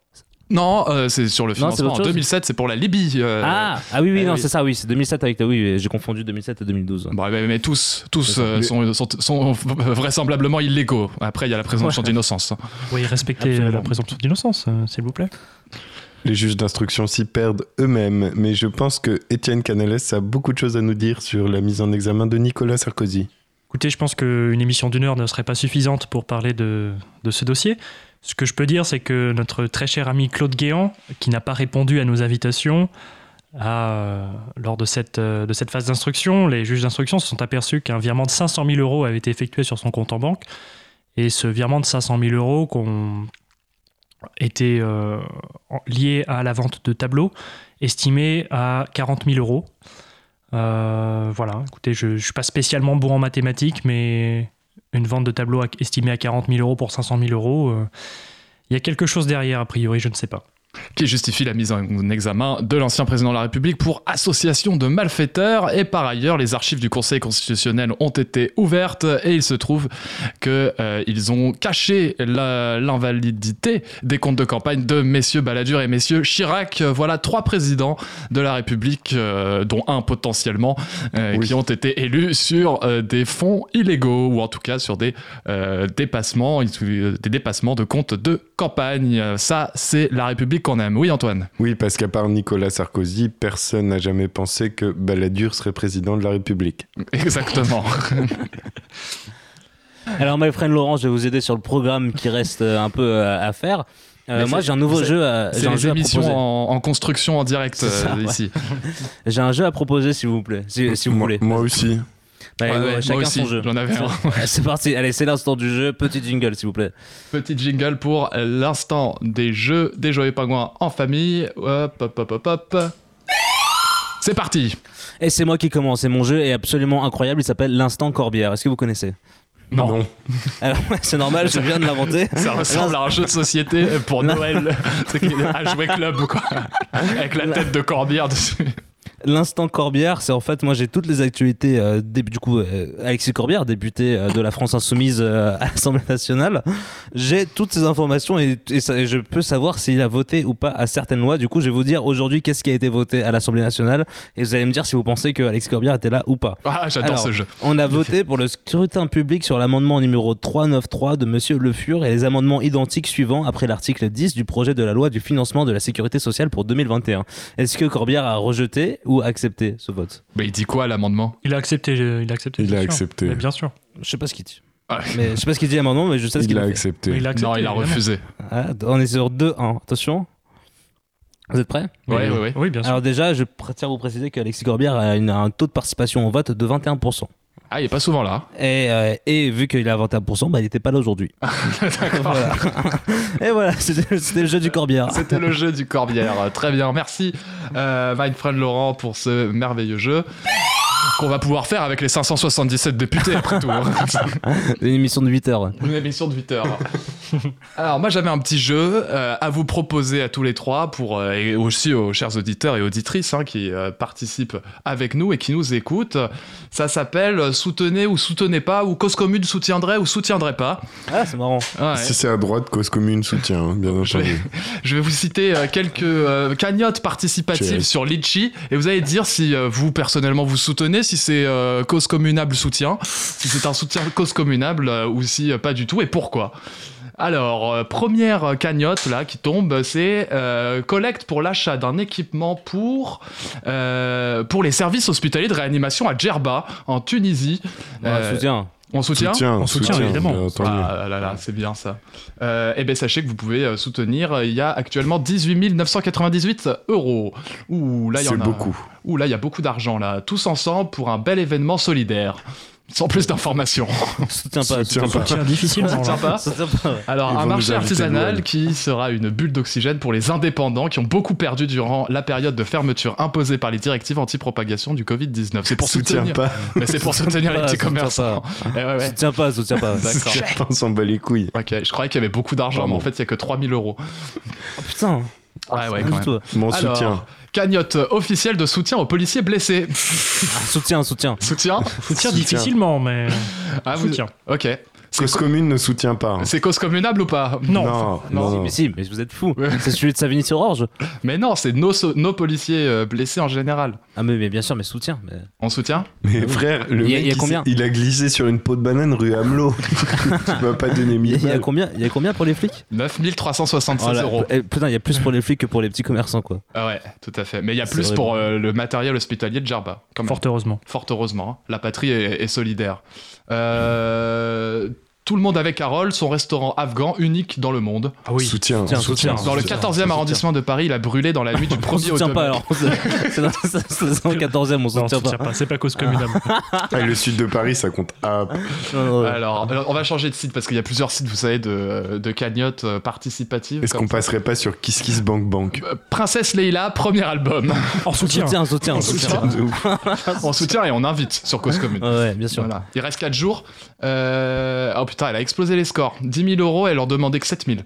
Speaker 1: Non, euh, c'est sur le
Speaker 6: hein. Non, c'est
Speaker 1: financement
Speaker 6: autre
Speaker 1: en
Speaker 6: chose.
Speaker 1: 2007, c'est pour la Libye. euh,
Speaker 6: ah, ah oui, oui,
Speaker 1: euh,
Speaker 6: non, c'est ça, oui, c'est 2007 avec. Oui, j'ai confondu 2007 et 2012.
Speaker 1: mais, mais tous, tous
Speaker 6: ça.
Speaker 1: euh,
Speaker 6: Mais-
Speaker 1: sont, sont- sont vraisemblablement illégaux. Après, il y a la présomption
Speaker 9: Ouais.
Speaker 1: d'innocence.
Speaker 9: Oui, respectez la présomption d'innocence, euh, s'il vous plaît.
Speaker 8: Les juges d'instruction s'y perdent eux-mêmes, mais je pense que Étienne Canales a beaucoup de choses à nous dire sur la mise en examen de Nicolas Sarkozy.
Speaker 9: Écoutez, je pense qu'une émission d'une heure ne serait pas suffisante pour parler de, de ce dossier. Ce que je peux dire, c'est que notre très cher ami Claude Guéant, qui n'a pas répondu à nos invitations, a, euh, lors de cette, euh, de cette phase d'instruction, les juges d'instruction se sont aperçus qu'un virement de 500 000 euros avait été effectué sur son compte en banque. Et ce virement de 500 000 euros qu'on était euh, en- lié à la vente de tableaux, estimé à 40 000 euros. Euh, voilà, écoutez, je ne suis pas spécialement bon en mathématiques, mais une vente de tableaux à- estimée à 40 000 euros pour 500 000 euros, euh, il y a quelque chose derrière, a priori, je ne sais pas.
Speaker 1: qui justifie la mise en examen de l'ancien président de la République pour association de malfaiteurs. Et par ailleurs, les archives du Conseil constitutionnel ont été ouvertes et il se trouve qu'ils ont caché la- l'invalidité des comptes de campagne de messieurs Balladur et messieurs Chirac. euh, Voilà trois présidents de la République, euh, dont un potentiellement, euh, qui ont été élus sur euh, des fonds illégaux ou en tout cas sur des euh, dépassements, euh, des dépassements de comptes de campagne. Euh, Ça, c'est la République qu'on aime. Oui, Antoine.
Speaker 8: Oui, parce qu'à part Nicolas Sarkozy, personne n'a jamais pensé que Balladur serait président de la République.
Speaker 1: Exactement.
Speaker 6: Alors, my friend Laurent, je vais vous aider sur le programme qui reste euh, un peu euh, à faire. Euh,
Speaker 1: Mais
Speaker 6: moi,
Speaker 1: c'est-
Speaker 6: j'ai un nouveau
Speaker 1: c'est-
Speaker 6: jeu à, j'ai
Speaker 1: C'est
Speaker 6: un
Speaker 1: les
Speaker 6: jeu à
Speaker 1: émissions
Speaker 6: proposer.
Speaker 1: en, en construction en direct
Speaker 6: C'est ça,
Speaker 1: euh,
Speaker 6: ouais.
Speaker 1: ici.
Speaker 6: J'ai un jeu à proposer, s'il vous plaît. Si, si vous
Speaker 8: Moi-
Speaker 6: voulez.
Speaker 8: Moi aussi.
Speaker 6: Bah,
Speaker 1: Ouais,
Speaker 6: ouais,
Speaker 1: ouais,
Speaker 6: chacun
Speaker 1: moi aussi,
Speaker 6: son jeu.
Speaker 1: j'en avais un.
Speaker 6: C'est- C'est parti. Allez, c'est l'instant du jeu. Petit jingle, s'il vous plaît.
Speaker 1: Petit jingle pour l'instant des jeux des joyeux pingouins en famille. Hop, hop, hop, hop, hop. C'est parti.
Speaker 6: Et c'est moi qui commence. Et mon jeu est absolument incroyable. Il s'appelle l'instant Corbière. Est-ce que vous connaissez
Speaker 1: Non.
Speaker 6: Alors, c'est normal, je viens de l'inventer.
Speaker 1: Ça ressemble à un jeu de société pour Noël. C'est qu'il- un jouet club ou quoi. Avec la tête de Corbière dessus.
Speaker 6: l'instant Corbière, c'est en fait, moi j'ai toutes les actualités, euh, dé- du coup, euh, Alexis Corbière, député euh, de la France Insoumise euh, à l'Assemblée nationale, j'ai toutes ces informations et, et ça- et je peux savoir s'il a voté ou pas à certaines lois. Du coup, je vais vous dire aujourd'hui qu'est-ce qui a été voté à l'Assemblée nationale et vous allez me dire si vous pensez que Alexis Corbière était là ou pas.
Speaker 1: Ah, j'adore
Speaker 6: Alors,
Speaker 1: ce jeu.
Speaker 6: On a voté pour le scrutin public sur l'amendement numéro 393 de Monsieur Le Fur et les amendements identiques suivants après l'article 10 du projet de la loi du financement de la sécurité sociale pour 2021. Est-ce que Corbière a rejeté ou accepté ce vote
Speaker 1: Mais Bah, il dit quoi l'amendement
Speaker 9: Il a accepté. euh, Il a accepté. bien sûr. Mais bien sûr.
Speaker 6: Je sais pas ce qu'il dit. Mais je sais pas ce qu'il dit amendement, mais je sais ce
Speaker 1: Il
Speaker 6: qu'il
Speaker 1: a
Speaker 6: a fait.
Speaker 1: accepté. Il a accepté, Non, il a évidemment. refusé.
Speaker 6: Ah, on est sur 2-1. Attention. Vous êtes prêts
Speaker 1: Ouais, Oui, oui. ouais, ouais. Oui, bien sûr.
Speaker 6: Alors déjà, je pr- tiens à vous préciser qu'Alexis Corbière a une- un taux de participation au vote de 21%.
Speaker 1: Ah, il est pas souvent là.
Speaker 6: Et, euh, et vu qu'il a 21%, bah, il n'était pas là aujourd'hui. Voilà. Et voilà, c'était c'était le jeu du Corbière.
Speaker 1: C'était le jeu du Corbière. Très bien, merci euh, my friend Laurent pour ce merveilleux jeu qu'on va pouvoir faire avec les 577 députés après tout. hein.
Speaker 6: Une émission de 8 heures.
Speaker 1: Une émission de 8 heures. Alors moi j'avais un petit jeu euh, à vous proposer à tous les trois pour euh, et aussi aux chers auditeurs et auditrices hein, qui euh, participent avec nous et qui nous écoutent. Ça s'appelle euh, soutenez ou soutenez pas ou cause commune soutiendrait ou soutiendrait pas.
Speaker 6: Ah c'est marrant.
Speaker 8: Si c'est à droite, cause commune soutien, hein, bien entendu.
Speaker 1: euh, Je vais vous citer euh, quelques euh, cagnottes participatives
Speaker 8: Cheers.
Speaker 1: sur Litchi et vous allez dire si euh, vous personnellement vous soutenez, si c'est euh, cause communable soutien, si c'est un soutien cause communable euh, ou si euh, pas du tout et pourquoi. Alors, euh, première euh, cagnotte là qui tombe, c'est euh, collecte pour l'achat d'un équipement pour, euh, pour les services hospitaliers de réanimation à Djerba en Tunisie. Euh,
Speaker 6: soutien.
Speaker 1: On soutient
Speaker 8: Soutien, On soutient, soutien, évidemment. bien entendu.
Speaker 1: Ah là là, c'est bien ça. Euh, eh bien, sachez que vous pouvez euh, soutenir. euh, Il y a actuellement 18 998 euros. Ouh, là, il y en
Speaker 8: C'est
Speaker 1: a.
Speaker 8: beaucoup.
Speaker 1: Ouh, là, il y a beaucoup d'argent, là. Tous ensemble pour un bel événement solidaire. Sans plus d'informations.
Speaker 6: Soutiens pas, soutiens pas.
Speaker 9: Soutien difficilement, là.
Speaker 6: hein.
Speaker 1: Soutiens pas.
Speaker 6: Soutiens pas.
Speaker 1: Alors,
Speaker 6: Ils vont
Speaker 1: un
Speaker 6: nous
Speaker 1: marché
Speaker 6: inviter
Speaker 1: artisanal
Speaker 6: loin.
Speaker 1: qui sera une bulle d'oxygène pour les indépendants qui ont beaucoup perdu durant la période de fermeture imposée par les directives anti-propagation du Covid-19. C'est pour
Speaker 8: Soutiens
Speaker 1: soutenir.
Speaker 8: pas.
Speaker 1: Mais c'est pour soutenir les
Speaker 6: Soutiens
Speaker 1: petits
Speaker 6: pas,
Speaker 1: commerçants. Eh ouais, ouais.
Speaker 6: Soutiens pas, soutiens pas.
Speaker 1: D'accord.
Speaker 8: On s'en bat les couilles.
Speaker 1: Ok, je croyais qu'il y avait beaucoup d'argent, mais en fait, il n'y a que 3000 euros.
Speaker 6: Putain.
Speaker 1: Ouais, ouais, quand
Speaker 6: Ah, pas du
Speaker 1: même.
Speaker 6: tout. Mon
Speaker 1: Alors,
Speaker 6: soutien.
Speaker 1: Cagnotte officielle de soutien aux policiers blessés.
Speaker 6: Ah, soutien, soutien.
Speaker 1: Soutien
Speaker 9: Soutien difficilement, mais.
Speaker 1: Ah, vous-
Speaker 9: Soutien.
Speaker 1: Ok.
Speaker 8: Cause commune ne soutient pas. hein.
Speaker 1: C'est cause communable ou pas
Speaker 9: Non.
Speaker 8: Non, non, non.
Speaker 6: Mais si, mais vous êtes fou. C'est celui de Savigny-sur-Orge.
Speaker 1: Mais non, c'est nos, so- nos policiers euh, blessés en général.
Speaker 6: Ah, mais, mais bien sûr, mais soutien. mais- Ah
Speaker 1: On soutient
Speaker 8: Mais frère, le
Speaker 6: Il y a-
Speaker 8: mec,
Speaker 6: il y a
Speaker 8: s'est-
Speaker 6: combien
Speaker 8: il a glissé sur une peau de banane rue Hamelot. tu m'as pas donné mille
Speaker 6: Il y, a
Speaker 8: balles.
Speaker 6: combien, il y a combien pour les flics
Speaker 1: 9376
Speaker 6: Oh là,
Speaker 1: euros.
Speaker 6: eh, Putain, il y a plus pour les flics que pour les petits commerçants, quoi.
Speaker 1: Ah ouais, tout à fait. Mais il y a
Speaker 6: C'est
Speaker 1: plus
Speaker 6: vrai.
Speaker 1: pour euh, le matériel hospitalier de Jarba. quand même.
Speaker 9: Fort heureusement.
Speaker 1: Fort heureusement. hein. La patrie est, est solidaire. Euh, Tout le monde avec Carole, son restaurant afghan unique dans le monde.
Speaker 9: Ah oui.
Speaker 8: Soutien,
Speaker 6: Soutien, soutien.
Speaker 1: Dans le
Speaker 6: Soutien.
Speaker 1: 14e arrondissement de Paris, il a brûlé dans la nuit du
Speaker 6: On
Speaker 1: 1er au
Speaker 6: soutient
Speaker 1: 2
Speaker 6: pas alors. C'est dans, c'est dans le 14ème, on
Speaker 9: Non,
Speaker 6: soutient
Speaker 9: soutien
Speaker 6: pas.
Speaker 9: pas. C'est pas cause commune. hein.
Speaker 8: Ah, et le sud de Paris, ça compte. Ah,
Speaker 6: Non, non, ouais.
Speaker 1: Alors, alors, on va changer de site parce qu'il y a plusieurs sites, vous savez, de, de cagnottes euh, participatives.
Speaker 8: Est-ce
Speaker 1: comme
Speaker 8: qu'on passerait pas sur Kiss Kiss Bank Bank
Speaker 1: ça. Princesse Leila, premier album.
Speaker 9: En soutien.
Speaker 6: Soutien, soutien, soutien.
Speaker 8: De ouf.
Speaker 1: on soutient et on invite sur Cause Commune.
Speaker 6: Ouais, ouais, bien sûr.
Speaker 1: Voilà. Il reste 4 jours. Euh, Oh putain, elle a explosé les scores. 10 000 euros, elle leur demandait que 7 000.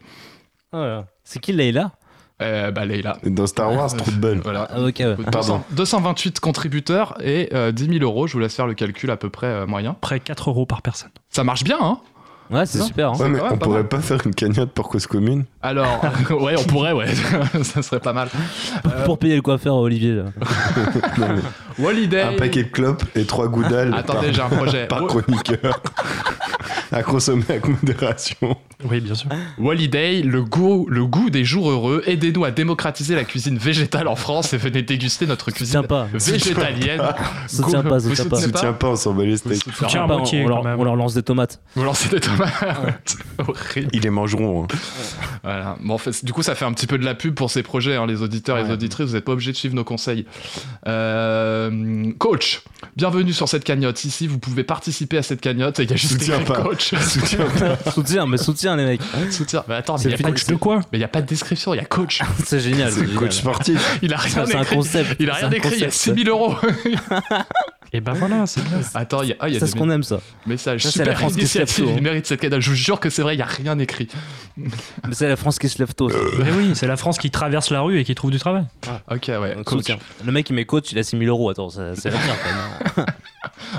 Speaker 6: Voilà. Ah C'est qui Leïla
Speaker 1: Euh, bah, Leila.
Speaker 8: Dans Star Wars, trop de bonne.
Speaker 1: Voilà.
Speaker 6: Ah, ok, ouais.
Speaker 1: 200 228 contributeurs et euh, 10 000 euros. Je vous laisse faire le calcul à peu près euh, moyen.
Speaker 9: Près 4 euros par personne.
Speaker 1: Ça marche bien, hein
Speaker 6: Ouais, c'est
Speaker 1: Non.
Speaker 6: super. hein.
Speaker 8: Ouais, mais
Speaker 1: quand même
Speaker 8: on
Speaker 1: pas
Speaker 8: pourrait pas faire une cagnotte pour cause commune
Speaker 1: Alors, ouais, on pourrait, ouais. ça serait pas mal. Euh,
Speaker 6: Pour payer le coiffeur à Olivier. là.
Speaker 8: Non, mais
Speaker 1: Holiday.
Speaker 8: Un paquet de clopes et trois goudales
Speaker 1: Attendez, j'ai
Speaker 8: par,
Speaker 1: un projet.
Speaker 8: par
Speaker 1: Wo-
Speaker 8: chroniqueur. à consommer avec modération.
Speaker 9: Oui, bien sûr.
Speaker 1: Holiday, le goût, le goût des jours heureux. Aidez-nous à démocratiser la cuisine végétale en France et venez déguster notre cuisine
Speaker 6: Soutiens pas.
Speaker 1: végétalienne.
Speaker 6: Soutiens
Speaker 1: Go-
Speaker 6: pas,
Speaker 1: vous
Speaker 6: soutiens
Speaker 1: soutenez
Speaker 6: pas.
Speaker 8: Soutiens pas, on s'en bat les
Speaker 1: Vous
Speaker 8: steaks.
Speaker 1: soutenez
Speaker 9: Soutiens
Speaker 1: pas
Speaker 9: à
Speaker 6: Pas,
Speaker 9: moitié,
Speaker 6: on,
Speaker 9: quand
Speaker 6: leur,
Speaker 9: même.
Speaker 6: on leur lance des tomates.
Speaker 1: Vous lancez des tomates. Horrible.
Speaker 8: Ils les mangeront. hein.
Speaker 1: Voilà. Bon, en fait, du coup, ça fait un petit peu de la pub pour ces projets, hein, les auditeurs et les auditrices. Vous n'êtes pas obligés de suivre nos conseils. Euh, coach, bienvenue sur cette cagnotte. Ici, vous pouvez participer à cette cagnotte. Et il y a juste
Speaker 8: Soutiens
Speaker 1: écrit
Speaker 8: pas.
Speaker 1: coach.
Speaker 8: Soutiens pas.
Speaker 6: soutien, mais soutien, les mecs.
Speaker 1: Soutien. Mais attends, mais il
Speaker 9: C'est
Speaker 1: n'y
Speaker 9: le
Speaker 1: a, pas de-
Speaker 9: coach de quoi
Speaker 1: mais il y a pas de description, il y a coach.
Speaker 6: Ah, C'est génial.
Speaker 8: C'est
Speaker 6: génial.
Speaker 8: coach sportif.
Speaker 1: Il a rien
Speaker 6: Ça, C'est un
Speaker 1: écrit.
Speaker 6: concept.
Speaker 1: Il a
Speaker 6: C'est
Speaker 1: rien
Speaker 6: un
Speaker 1: écrit, il y a
Speaker 6: concept.
Speaker 1: 6000 euros.
Speaker 9: Et ben voilà, c'est bien.
Speaker 1: Attends, il y a, ah, il y a
Speaker 6: C'est
Speaker 1: des
Speaker 6: ce qu'on
Speaker 1: mé-
Speaker 6: aime, ça.
Speaker 1: Message
Speaker 6: Ça, c'est la
Speaker 1: super
Speaker 6: France qui se lève
Speaker 1: initiative,
Speaker 6: tôt, hein.
Speaker 1: il mérite cette cadence. Je vous jure que c'est vrai, il n'y a rien écrit.
Speaker 6: Mais c'est la France qui se lève tôt. ça.
Speaker 9: Mais Eh oui, c'est la France qui traverse la rue et qui trouve du travail.
Speaker 1: ok, ouais.
Speaker 6: Ah. Donc,
Speaker 1: coach.
Speaker 6: soutien. Le mec, il met coach, il a 6000 euros. Attends, ça- c'est l'avenir, quand même.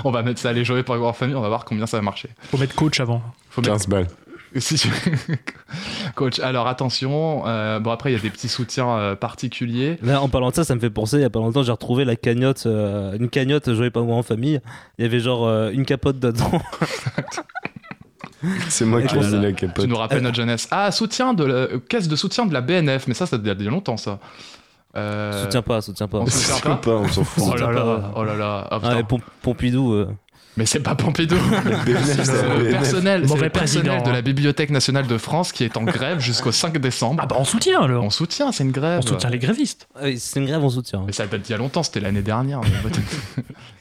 Speaker 1: On va mettre ça à les jouer pour avoir famille, on va voir combien ça va marcher.
Speaker 9: Faut mettre coach avant.
Speaker 1: Faut
Speaker 8: 15 balles.
Speaker 1: Si tu- Coach, alors attention, euh, bon après il y a des petits soutiens euh, particuliers.
Speaker 6: Là, en parlant de ça, ça me fait penser. Il y a pas longtemps, j'ai retrouvé la cagnotte, euh, une cagnotte jouée par moi en famille. Il y avait genre euh, une capote dedans.
Speaker 8: C'est moi
Speaker 1: Ah
Speaker 8: qui
Speaker 1: là
Speaker 8: ai
Speaker 1: là.
Speaker 8: la capote.
Speaker 1: Tu nous
Speaker 6: Euh,
Speaker 1: rappelles notre jeunesse. Ah, soutien de la... euh, caisse de soutien de la BNF, mais ça, ça date il y a longtemps ça. Euh,
Speaker 6: Soutien pas, soutien pas.
Speaker 1: On soutient
Speaker 8: Soutien pas, on s'en fout.
Speaker 1: Oh là
Speaker 6: Soutien
Speaker 1: là,
Speaker 6: pas.
Speaker 1: oh là là. Ah,
Speaker 6: Ah,
Speaker 1: putain.
Speaker 6: et Pom- Pompidou. euh,
Speaker 1: Mais c'est pas Pompidou.
Speaker 8: BNF,
Speaker 1: C'est
Speaker 8: c'est la
Speaker 1: le
Speaker 8: BNF.
Speaker 1: personnel, c'est
Speaker 9: Mauvais
Speaker 1: le personnel
Speaker 9: président,
Speaker 1: de
Speaker 9: hein.
Speaker 1: la Bibliothèque nationale de France qui est en grève jusqu'au 5 décembre.
Speaker 9: Ah bah on soutient alors.
Speaker 1: On soutient, c'est une grève.
Speaker 9: On soutient les grévistes.
Speaker 6: ah oui, C'est une grève, on soutient.
Speaker 1: Mais ça date il y a longtemps, c'était l'année dernière.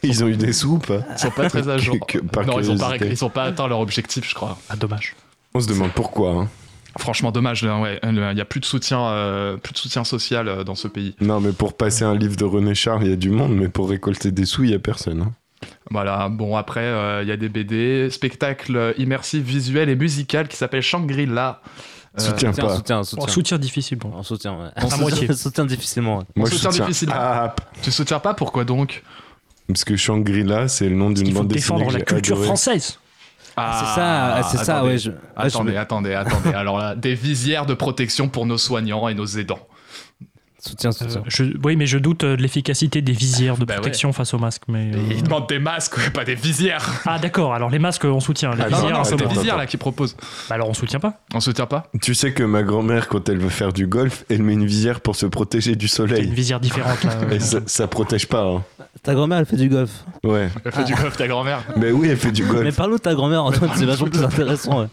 Speaker 8: Ils ont eu des soupes.
Speaker 1: Ils sont pas très à jour.
Speaker 8: Que- que- par
Speaker 1: non, ils ont, pas,
Speaker 8: curiosité.
Speaker 1: ils ont pas atteint leur objectif, je crois.
Speaker 9: Ah dommage.
Speaker 8: On se demande pourquoi. hein.
Speaker 1: Franchement, dommage. hein, ouais. Le- Il y a plus de soutien, euh, plus de soutien social euh, dans ce pays.
Speaker 8: Non, mais pour passer un livre de René Char, il y a du monde, mais pour récolter des sous, il y a personne. hein.
Speaker 1: Voilà. Bon, après, euh, il y a des BD, spectacle euh, immersif, visuel et musical qui s'appelle Shangri-La. Euh,
Speaker 8: Soutien
Speaker 6: Soutien,
Speaker 8: pas.
Speaker 6: soutien,
Speaker 9: On
Speaker 6: soutien.
Speaker 9: soutien difficile. Bon.
Speaker 6: On soutient, ouais.
Speaker 9: On soutient.
Speaker 6: soutient difficilement. ouais.
Speaker 8: Moi,
Speaker 1: on
Speaker 8: je
Speaker 1: soutient
Speaker 8: soutiens.
Speaker 1: difficilement.
Speaker 8: Ah,
Speaker 1: Tu soutiens pas, pourquoi donc
Speaker 8: parce que Shangri-La, c'est le nom d'une
Speaker 9: Il faut
Speaker 8: bande dessinée.
Speaker 9: défendre
Speaker 8: que
Speaker 9: la
Speaker 8: j'ai
Speaker 9: culture
Speaker 8: adorée.
Speaker 9: française.
Speaker 1: Ah,
Speaker 6: Ah, c'est ça, c'est ça,
Speaker 1: attendez.
Speaker 6: ouais, je- ouais,
Speaker 1: Attendez,
Speaker 6: je-
Speaker 1: attendez, attendez. Alors là, des visières de protection pour nos soignants et nos aidants.
Speaker 6: Soutien, soutien.
Speaker 9: Euh, je, oui, mais je doute euh, de l'efficacité des visières de
Speaker 1: Bah ouais.
Speaker 9: protection face aux masques. Mais
Speaker 1: Et
Speaker 9: euh,
Speaker 8: Mm.
Speaker 1: Ils demandent des masques, ouais, pas des visières.
Speaker 9: ah d'accord. Alors les masques, on soutient. Les
Speaker 1: Non,
Speaker 8: Ah,
Speaker 9: visières,
Speaker 1: non, non,
Speaker 8: attends,
Speaker 1: c'est des
Speaker 9: on-
Speaker 8: attends.
Speaker 1: visières là qui proposent.
Speaker 9: Bah, alors on soutient pas.
Speaker 1: On soutient pas
Speaker 8: Tu sais que ma grand-mère, quand elle veut faire du golf, elle met une visière pour se protéger du
Speaker 9: C'est une
Speaker 8: soleil.
Speaker 9: visière différente.
Speaker 1: Ah,
Speaker 9: là.
Speaker 8: Et ça, ça protège pas. hein.
Speaker 6: Ta grand-mère, elle fait du golf.
Speaker 8: Ouais.
Speaker 1: Elle fait du golf, ta grand-mère.
Speaker 8: Mais oui, elle fait du golf.
Speaker 6: Mais parle-nous de ta grand-mère, Antoine, c'est vachement plus intéressant. ouais.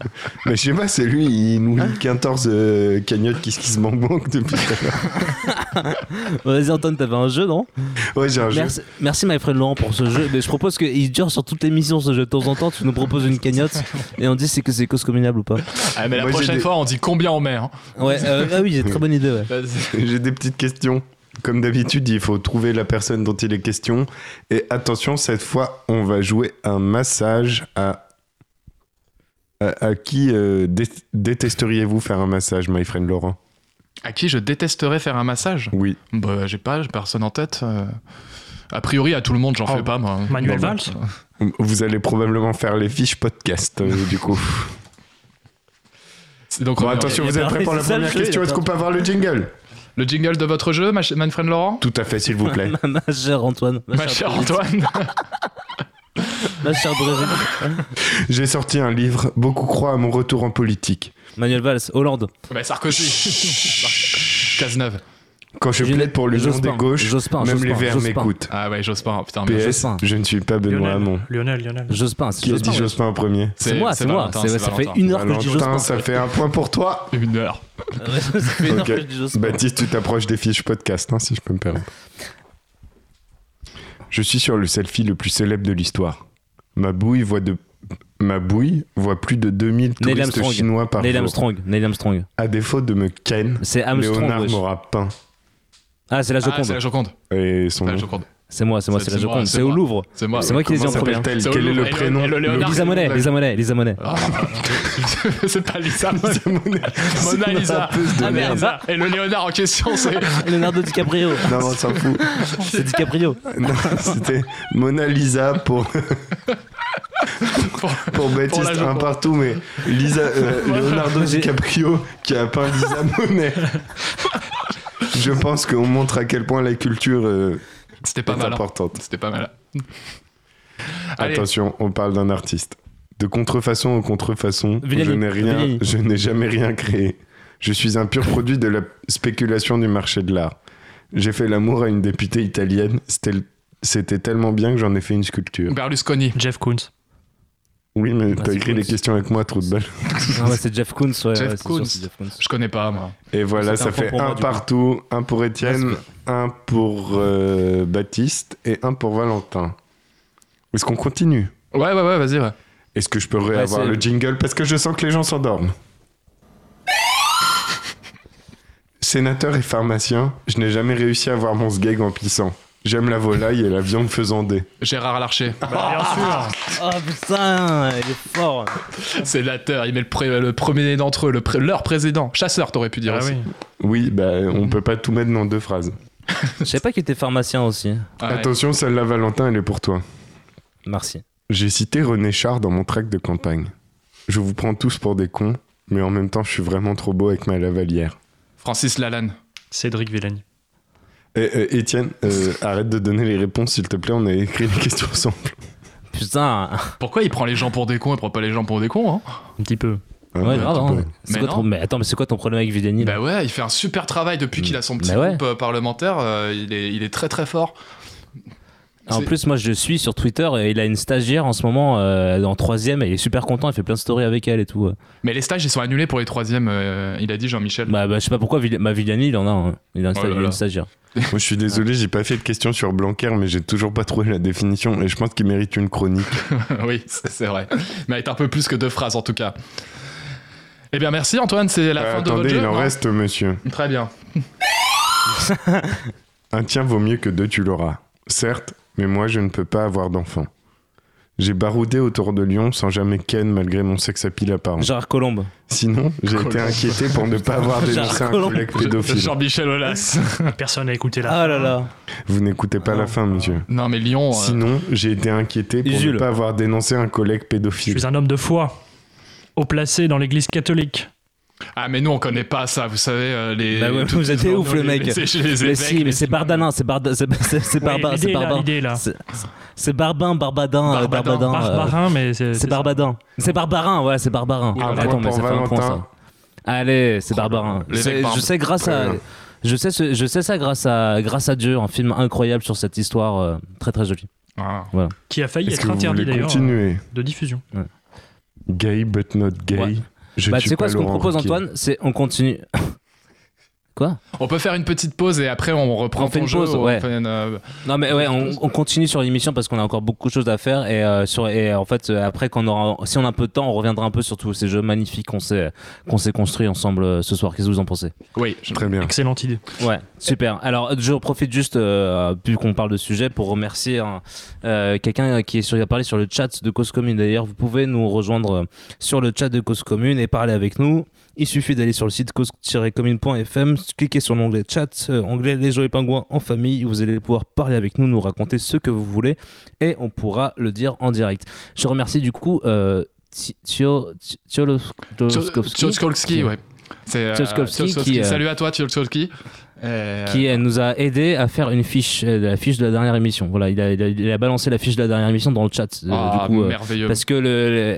Speaker 8: Mais je sais pas, c'est lui, il nous lit 14 euh, cagnottes qui se manque manque depuis tout à l'heure.
Speaker 6: Vas-y, Antoine, t'avais un jeu, non
Speaker 8: Ouais, j'ai un jeu.
Speaker 6: Merci, merci my friend Laurent pour ce jeu. Mais je propose qu'il dure sur toute l'émission ce jeu. De temps en temps, tu nous proposes une cagnotte et on dit c'est que c'est cause communable ou pas.
Speaker 1: Ah, mais la
Speaker 8: Moi, j'ai
Speaker 1: prochaine
Speaker 8: des-
Speaker 1: fois, on dit combien on met. hein.
Speaker 6: Ouais, euh, ah oui, j'ai très bonne idée. Ouais.
Speaker 8: J'ai des petites questions. Comme d'habitude, il faut trouver la personne dont il est question. Et attention, cette fois, on va jouer un massage à. À, à qui euh, dé- détesteriez-vous faire un massage, my friend Laurent
Speaker 1: À qui je détesterais faire un massage
Speaker 8: Oui.
Speaker 1: Bah, j'ai pas, j'ai personne en tête. euh. A priori, à tout le monde, j'en
Speaker 9: Oh,
Speaker 8: Ah,
Speaker 1: fais pas, moi.
Speaker 9: Manuel
Speaker 1: Bah, bah,
Speaker 9: Valls
Speaker 8: Vous allez probablement faire les fiches podcast, euh, du coup.
Speaker 1: c'est Donc,
Speaker 8: Bon,
Speaker 1: on est-
Speaker 8: attention,
Speaker 6: il y a
Speaker 8: vous êtes
Speaker 6: pas-
Speaker 8: prêts pour la
Speaker 6: c'est ça, le
Speaker 8: première
Speaker 6: jeu, il y a
Speaker 8: question Est-ce
Speaker 6: pas-
Speaker 8: qu'on peut avoir le jingle
Speaker 1: Le jingle de votre jeu, ma ch- Manfred Laurent
Speaker 8: Tout à fait, s'il vous plaît.
Speaker 6: Ma, ma chère Antoine.
Speaker 1: Ma chère Antoine
Speaker 6: Ma chère Brésil.
Speaker 8: J'ai sorti un livre, Beaucoup croient à mon retour en politique.
Speaker 6: Manuel Valls, Hollande.
Speaker 1: Bah, Sarkozy Cazeneuve.
Speaker 8: Quand je
Speaker 6: Gilles-
Speaker 8: plaide pour l'union
Speaker 6: Jospin,
Speaker 8: des gauches,
Speaker 6: Jospin,
Speaker 8: même
Speaker 6: Jospin,
Speaker 8: les Verts
Speaker 6: Jospin.
Speaker 8: m'écoutent.
Speaker 1: Ah ouais, Jospin, putain, mais
Speaker 8: PS,
Speaker 6: Jospin.
Speaker 8: je ne suis pas Benoît Hamon.
Speaker 9: Lionel, Lionel, Lionel.
Speaker 6: Jospin, c'est
Speaker 8: Qui a
Speaker 6: Jospin.
Speaker 8: dit Jospin en premier
Speaker 6: C'est moi, c'est moi.
Speaker 1: Valentin,
Speaker 6: C'est-
Speaker 1: c'est
Speaker 6: Ça fait
Speaker 1: Valentin.
Speaker 6: une heure que je dis Jospin.
Speaker 8: Valentin, ça fait un point pour toi.
Speaker 1: Une heure.
Speaker 6: Ouais, ça fait une heure que
Speaker 8: Ok.
Speaker 6: je dis Jospin.
Speaker 8: Baptiste, tu t'approches des fiches podcast, hein, si je peux me permettre. Je suis sur le selfie le plus célèbre de l'histoire. Ma bouille voit de... Ma bouille voit plus de 2000
Speaker 6: Neil
Speaker 8: touristes
Speaker 6: Armstrong.
Speaker 8: chinois par
Speaker 6: Neil
Speaker 8: jour.
Speaker 6: Armstrong. Neil Armstrong.
Speaker 8: À défaut de me ken,
Speaker 6: C'est Armstrong.
Speaker 8: Léonard
Speaker 6: wesh.
Speaker 8: m'aura peint.
Speaker 6: Ah, c'est la
Speaker 1: Ah,
Speaker 6: Joconde.
Speaker 1: c'est la Joconde.
Speaker 8: Et son
Speaker 1: C'est la
Speaker 8: nom.
Speaker 1: Joconde.
Speaker 6: c'est moi, c'est moi,
Speaker 1: c'est-
Speaker 6: c'est la
Speaker 1: c'est moi,
Speaker 6: Joconde.
Speaker 1: c'est
Speaker 6: C'est au
Speaker 1: moi.
Speaker 6: Louvre.
Speaker 1: C'est moi.
Speaker 6: C'est moi qui les ai
Speaker 8: Comment
Speaker 6: en premier.
Speaker 8: s'appelle-t-elle
Speaker 1: C'est au
Speaker 8: Quel est
Speaker 1: Louvre.
Speaker 8: le
Speaker 1: Et le-
Speaker 8: prénom
Speaker 1: et le Léonard-
Speaker 6: Lisa Monet, Lisa Monet, Lisa Monet.
Speaker 1: Ah, c'est pas Lisa,
Speaker 8: Lisa Monet.
Speaker 1: Mona
Speaker 8: C'est une
Speaker 1: Lisa.
Speaker 8: rappeuse de
Speaker 1: Ah,
Speaker 8: merde.
Speaker 1: merde. Et le Léonard en question, c'est.
Speaker 6: Leonardo DiCaprio.
Speaker 8: Non, on s'en fout.
Speaker 6: C'est DiCaprio.
Speaker 8: Non, c'était Mona Lisa pour. pour
Speaker 1: pour la
Speaker 8: Baptiste, un
Speaker 1: Joconde.
Speaker 8: partout, mais Lisa, euh, Leonardo
Speaker 6: j'ai-
Speaker 8: DiCaprio qui a peint Lisa Monet. Je pense qu'on montre à quel point la culture euh,
Speaker 1: C'était pas
Speaker 8: est
Speaker 1: mal. hein.
Speaker 8: importante.
Speaker 1: C'était pas mal. Allez,
Speaker 8: Attention, on parle d'un artiste. De contrefaçon en contrefaçon,
Speaker 6: Villani.
Speaker 8: je n'ai rien,
Speaker 6: Villani.
Speaker 8: je n'ai jamais rien créé. Je suis un pur produit de la spéculation du marché de l'art. J'ai fait l'amour à une députée italienne. C'était le- C'était tellement bien que j'en ai fait une sculpture.
Speaker 1: Berlusconi.
Speaker 9: Jeff Koons.
Speaker 8: Oui, mais
Speaker 6: Bah,
Speaker 8: t'as
Speaker 6: c'est
Speaker 8: écrit
Speaker 6: cool,
Speaker 8: les
Speaker 6: c'est-
Speaker 8: questions avec moi, trou de balle.
Speaker 6: Non, Ah ouais, c'est Jeff Koons. Ouais,
Speaker 1: Jeff
Speaker 6: ouais, c'est sûr,
Speaker 1: Koons.
Speaker 6: c'est Jeff Koons.
Speaker 1: Je connais pas, moi.
Speaker 8: Et voilà,
Speaker 6: c'est
Speaker 8: ça
Speaker 6: un point
Speaker 8: fait
Speaker 6: pour moi,
Speaker 8: un
Speaker 6: du coup.
Speaker 8: partout, un pour Étienne, un pour euh, Baptiste et un pour Valentin. Est-ce qu'on continue
Speaker 1: Ouais, ouais, ouais, vas-y, ouais.
Speaker 8: Est-ce que je peux réavoir
Speaker 6: c'est-
Speaker 8: le jingle Parce que je sens que les gens s'endorment. Sénateur et pharmacien, je n'ai jamais réussi à voir mon sgeg en pissant. J'aime la volaille et la viande faisandée.
Speaker 1: Gérard Larcher. Ah.
Speaker 6: Oh putain, il est fort.
Speaker 1: C'est l'acteur, il met le, pré- le premier d'entre eux, le pré- leur président. Chasseur, t'aurais pu
Speaker 6: Ah
Speaker 9: Ah
Speaker 1: dire aussi.
Speaker 8: Oui, bah, on peut pas tout mettre dans deux phrases.
Speaker 6: Je savais pas qu'il était pharmacien aussi.
Speaker 8: Attention, celle-là, Valentin, elle est pour toi.
Speaker 6: Merci.
Speaker 8: J'ai cité René Char dans mon tract de campagne. Je vous prends tous pour des cons, mais en même temps, je suis vraiment trop beau avec ma lavalière.
Speaker 1: Francis Lalanne.
Speaker 9: Cédric Villani.
Speaker 8: Eh, eh, Étienne, euh, arrête de donner les réponses, s'il te plaît, on a écrit les questions ensemble.
Speaker 6: Putain.
Speaker 1: Pourquoi il prend les gens pour des cons et prend pas les gens pour des cons hein
Speaker 9: Un petit peu.
Speaker 8: Ouais,
Speaker 6: Ouais, grave, hein. C'est
Speaker 1: Mais
Speaker 6: quoi ton-
Speaker 1: non.
Speaker 6: mais attends, mais c'est quoi ton problème avec Villani là
Speaker 1: Bah ouais, il fait un super travail depuis qu'il a son petit
Speaker 6: Bah ouais.
Speaker 1: groupe euh, parlementaire. euh, il, est, il est très très fort.
Speaker 6: En
Speaker 1: c'est-
Speaker 6: plus, moi je le suis sur Twitter et il a une stagiaire en ce moment euh, en troisième et il est super content, il fait plein de stories avec elle et tout. euh.
Speaker 1: Mais les stages, ils sont annulés pour les troisièmes, euh, il a dit Jean-Michel.
Speaker 6: Bah, bah, je sais pas pourquoi Vill- bah, Villani il en a, un. il a, un
Speaker 1: Oh
Speaker 6: sta-
Speaker 1: là
Speaker 6: il a
Speaker 1: là.
Speaker 6: une stagiaire.
Speaker 8: Moi, je suis désolé, j'ai pas fait de question sur Blanquer, mais j'ai toujours pas trouvé la définition et je pense qu'il mérite une chronique.
Speaker 1: oui, c'est c'est vrai. Mais avec un peu plus que deux phrases en tout cas. Eh bien merci Antoine, c'est la
Speaker 8: Euh,
Speaker 1: fin de votre hein.
Speaker 8: attendez,
Speaker 1: jeu.
Speaker 8: il en
Speaker 1: non
Speaker 8: reste, monsieur.
Speaker 1: Très bien.
Speaker 8: Un tien vaut mieux que deux, tu l'auras. Certes, mais moi, je ne peux pas avoir d'enfant. J'ai baroudé autour de Lyon sans jamais ken malgré mon sexe à pile apparent.
Speaker 6: Gérard Colombe.
Speaker 8: Sinon, j'ai été
Speaker 6: Colombe.
Speaker 8: inquiété pour ne pas avoir
Speaker 6: Gérard
Speaker 8: dénoncé un
Speaker 6: Colombe.
Speaker 8: collègue pédophile.
Speaker 1: Jean-Michel Aulas.
Speaker 9: Personne n'a écouté là.
Speaker 6: Ah là là.
Speaker 8: Vous n'écoutez pas la fin, monsieur.
Speaker 1: Non mais Lyon. euh,
Speaker 8: Sinon, j'ai été inquiété pour
Speaker 6: Usul.
Speaker 8: ne pas avoir dénoncé un collègue
Speaker 9: Je
Speaker 8: pédophile.
Speaker 9: suis un homme de foi, haut placé dans l'église catholique.
Speaker 1: Ah mais nous on connaît pas ça, vous savez euh, les.
Speaker 6: Bah ouais,
Speaker 1: toutes
Speaker 6: vous
Speaker 1: les-
Speaker 6: êtes ouf le
Speaker 1: les-
Speaker 6: mec.
Speaker 1: C'est chez les
Speaker 6: Mais
Speaker 1: évêques,
Speaker 6: si, mais c'est Bardanin, c'est Barda- c'est- c'est- c'est
Speaker 9: Oui,
Speaker 6: Barba-
Speaker 9: l'idée
Speaker 6: c'est
Speaker 9: est là,
Speaker 6: Barbin.
Speaker 9: l'idée est là.
Speaker 6: C'est- C'est Barbin, Barbadin, euh,
Speaker 1: Barbadin,
Speaker 6: Barbadin. euh,
Speaker 9: Barbarin, mais c'est.
Speaker 6: C'est Barbadin. C'est Barbarin, ouais, c'est Barbarin.
Speaker 8: Un point
Speaker 6: Attends, mais
Speaker 8: pour
Speaker 6: ça fait un point
Speaker 8: Valentin.
Speaker 6: ça. Allez, c'est Barbarin.
Speaker 1: Les
Speaker 6: C'est-
Speaker 1: mecs barbes.
Speaker 6: Je sais grâce à.
Speaker 8: Très bien.
Speaker 6: Je sais, ce- je sais ça grâce à, grâce à Dieu, un film incroyable sur cette histoire, euh, très très joli.
Speaker 1: Ah.
Speaker 6: Voilà.
Speaker 9: Qui a failli
Speaker 8: Est-ce
Speaker 9: être
Speaker 8: que vous
Speaker 9: interdit
Speaker 8: voulez
Speaker 9: d'ailleurs
Speaker 8: continuer
Speaker 9: euh, de diffusion.
Speaker 8: Gay but not gay.
Speaker 6: Ouais.
Speaker 8: Je
Speaker 6: Bah,
Speaker 8: tue
Speaker 6: tu sais quoi,
Speaker 8: pas
Speaker 6: ce qu'on
Speaker 8: Laurent
Speaker 6: propose,
Speaker 8: Ruquier.
Speaker 6: Antoine, c'est on continue. quoi
Speaker 1: On peut faire une petite pause et après on reprend
Speaker 6: On fait
Speaker 1: ton
Speaker 6: une
Speaker 1: jeu,
Speaker 6: pause,
Speaker 1: on
Speaker 6: ouais.
Speaker 1: fait une, euh,
Speaker 6: Non, mais ouais, on, on continue sur l'émission parce qu'on a encore beaucoup de choses à faire. Et, euh, sur, et en fait, euh, après, qu'on aura, si on a un peu de temps, on reviendra un peu sur tous ces jeux magnifiques qu'on s'est qu'on s'est construits ensemble euh, ce soir. Qu'est-ce que vous en pensez
Speaker 1: Oui.
Speaker 8: Très bien.
Speaker 9: Excellente idée.
Speaker 6: Ouais, super. Alors, je profite juste, euh, vu qu'on parle de sujet, pour remercier hein, euh, quelqu'un qui est sur, qui a parlé sur le chat de Cause Commune. D'ailleurs, vous pouvez nous rejoindre euh, sur le chat de Cause Commune et parler avec nous. Il suffit d'aller sur le site cause-commune.fm, cliquer sur l'onglet chat, euh, onglet Les Jeux et Pingouins en famille. Vous allez pouvoir parler avec nous, nous raconter ce que vous voulez et on pourra le dire en direct. Je remercie du coup euh, Ti- Tio- Ti- Tiolovskovski.
Speaker 1: Tchotchkovski, ouais. C'est, euh,
Speaker 6: Tchotchkovski qui,
Speaker 1: Tchotchkovski.
Speaker 6: euh,
Speaker 1: Salut à toi, Tchotchkovski. Euh,
Speaker 6: qui euh, nous a aidé à faire une fiche, euh, la fiche de la dernière émission. Voilà, il a, il a- il a balancé la fiche de la dernière émission dans le chat. euh,
Speaker 1: ah,
Speaker 6: du coup, euh,
Speaker 1: merveilleux.
Speaker 6: parce que le-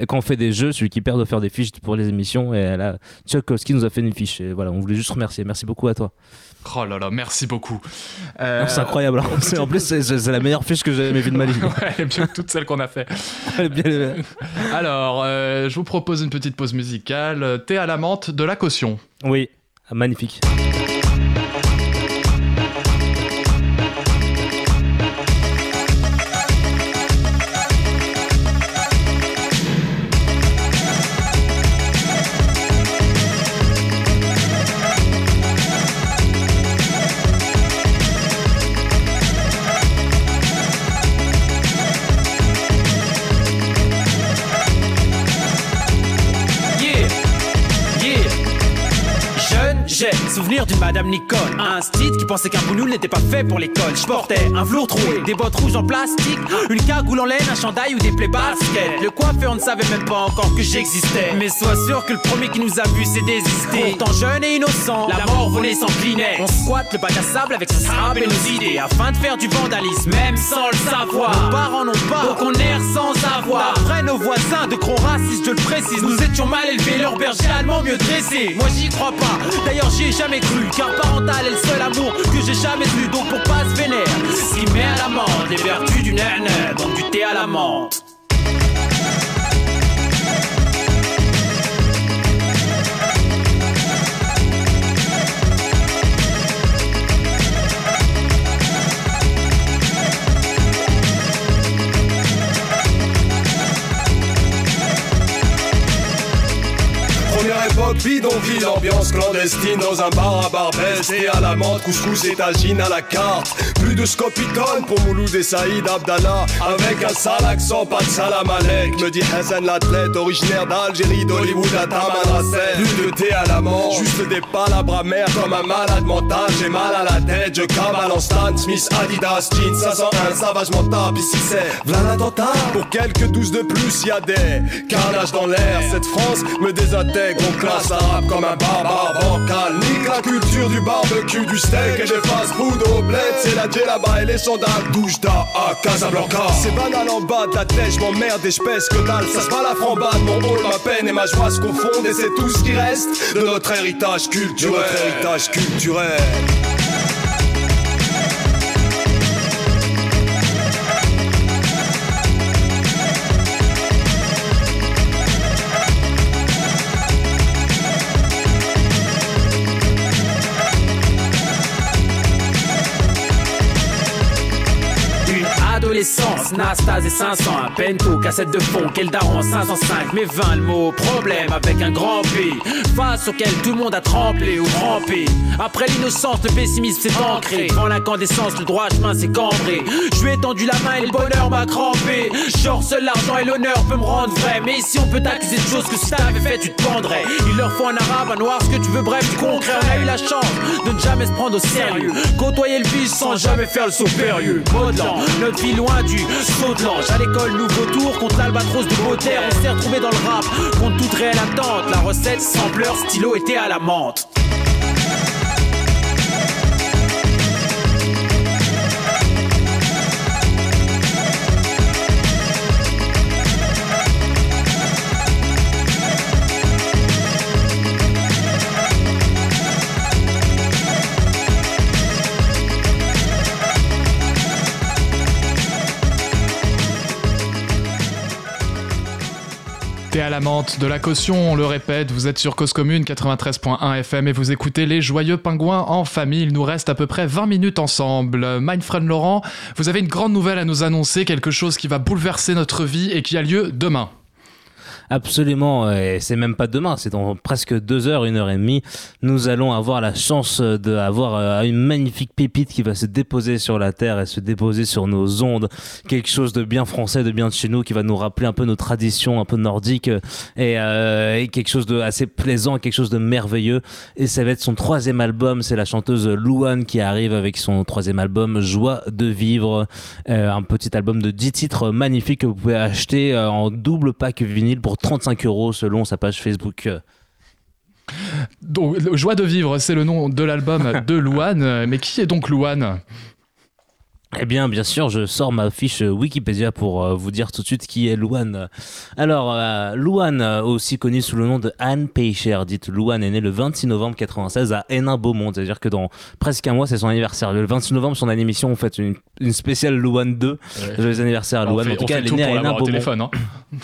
Speaker 6: le- quand on fait des jeux, celui qui perd doit faire des fiches pour les émissions. Et là, Tchaikovsky nous a fait une fiche. Et voilà, on voulait juste remercier. Merci beaucoup à toi.
Speaker 1: Oh là là, merci beaucoup. Euh,
Speaker 6: C'est incroyable. hein. C'est- en plus, c'est- c'est c'est la meilleure fiche que j'ai jamais vue de ma vie.
Speaker 1: ouais, et puis toutes celles qu'on a fait.
Speaker 6: Elle est bien- elle
Speaker 1: Alors, euh, je vous propose une petite pause musicale. Thé à la menthe de la caution.
Speaker 6: est- Oui, Ah, magnifique.
Speaker 2: Yeah, yeah. Jeune, j'ai le souvenir d'une madame Nicole. Un style qui pensait qu'un boulot n'était pas fait pour l'école. Je portais un velours troué, des bottes rouges en plastique, une cagoule en laine, un chandail ou des plaies baskets. Le coiffeur ne savait même pas encore que j'existais. Mais sois sûr que le premier qui nous a vu s'est désisté. Pourtant jeune et innocent, la mort volée sans clinet. On squatte le bac à sable avec sa sable et nos idées afin de faire du vandalisme, même sans le savoir. Nos parents n'ont pas, donc on erre sans avoir. Après nos voisins de cron racistes, je le précise, nous étions mal élevés, leur berger allemand mieux dressé. Moi j'y crois pas, d'ailleurs j'y ai jamais cru, car parental est le seul amour que j'ai jamais eu. Donc pour pas se vénère, s'y met à l'amende les vertus du nana, donc du thé à la menthe.
Speaker 7: Première époque,
Speaker 13: Bidonville, ambiance clandestine dans un bar à Barbès Et à la menthe, couscous et tagine à la carte Plus de scopitone pour Mouloud et Saïd Abdallah Avec un sale accent, pas de salam alek Me dit Hassan l'athlète, originaire d'Algérie, d'Hollywood à Tamanrasset Plus de thé à la mort, juste des palabres amères Comme un malade mental, j'ai mal à la tête Je cavale en Stan Smith, Adidas, Jeans 501, savage mental, ici c'est V'là l'attentat Pour quelques douze de plus, y a des carnages dans l'air Cette France me désintègre, on classe arabe comme un barbare bancal Nique la culture du barbecue, du steak et des fast-food au bled C'est la djellaba et les sandales d'Oujda à Casablanca C'est banal en bas de la tête, j'm'emmerde et j'pèse que dalle Ça se bat la frambade, mon rôle, ma peine et ma joie se confondent Et c'est tout ce qui reste de notre héritage culturel De notre héritage culturel
Speaker 14: adolescence, Nastas et 500, un pento, cassette de fond, quel daron, 505, mais 20 le mot, problème avec un grand P, face auquel tout le monde a tremblé ou rampé. Après l'innocence, le pessimisme s'est ancré, devant l'incandescence, le droit chemin s'est cambré. Je lui ai tendu la main et le bonheur m'a crampé. Genre, seul l'argent et l'honneur peut me rendre vrai, mais ici on peut t'accuser de choses que si t'avais fait, tu te pendrais. Il leur faut un arabe, un noir, ce que tu veux, bref, du concret. On a eu la chance de ne jamais se prendre au sérieux, côtoyer le vice sans jamais faire le saut périlleux. Modelant, notre vie loin du saut de l'ange. À l'école, nouveau tour contre l'albatros de Voltaire. On s'est retrouvé dans le rap contre toute réelle attente. La recette sans pleurs, stylo était à la menthe.
Speaker 1: à la menthe de la caution, on le répète, vous êtes sur Cause Commune 93.1 FM et vous écoutez les joyeux pingouins en famille. Il nous reste à peu près 20 minutes ensemble. Mindfriend Laurent, vous avez une grande nouvelle à nous annoncer, quelque chose qui va bouleverser notre vie et qui a lieu demain.
Speaker 6: Absolument, euh, et c'est même pas demain, c'est dans presque deux heures, une heure et demie. Nous allons avoir la chance d'avoir une magnifique pépite qui va se déposer sur la terre et se déposer sur nos ondes. Quelque chose de bien français, de bien de chez nous, qui va nous rappeler un peu nos traditions, un peu nordiques, et, euh, et quelque chose de assez plaisant, quelque chose de merveilleux. Et ça va être son troisième album. C'est la chanteuse Louane qui arrive avec son troisième album, Joie de vivre, euh, un petit album de 10 titres magnifiques que vous pouvez acheter euh, en double pack vinyle pour 35 euros selon sa page Facebook.
Speaker 1: Donc, Joie de vivre, c'est le nom de l'album de Louane. Mais qui est donc Louane
Speaker 6: eh bien, bien sûr, je sors ma fiche Wikipédia pour euh, vous dire tout de suite qui est Louane. Alors, euh, Louane, aussi connue sous le nom de Anne Peicher, dite Louane, est née le 26 novembre 96 à Hénin-Beaumont. C'est-à-dire que dans presque un mois, c'est son anniversaire. Le 26 novembre, son émission, on fait une, une spéciale Louane 2. Ouais. Joyeux anniversaire à Louane.
Speaker 1: Bah, Fait,
Speaker 6: en tout cas,
Speaker 1: elle est née à Hénin-Beaumont.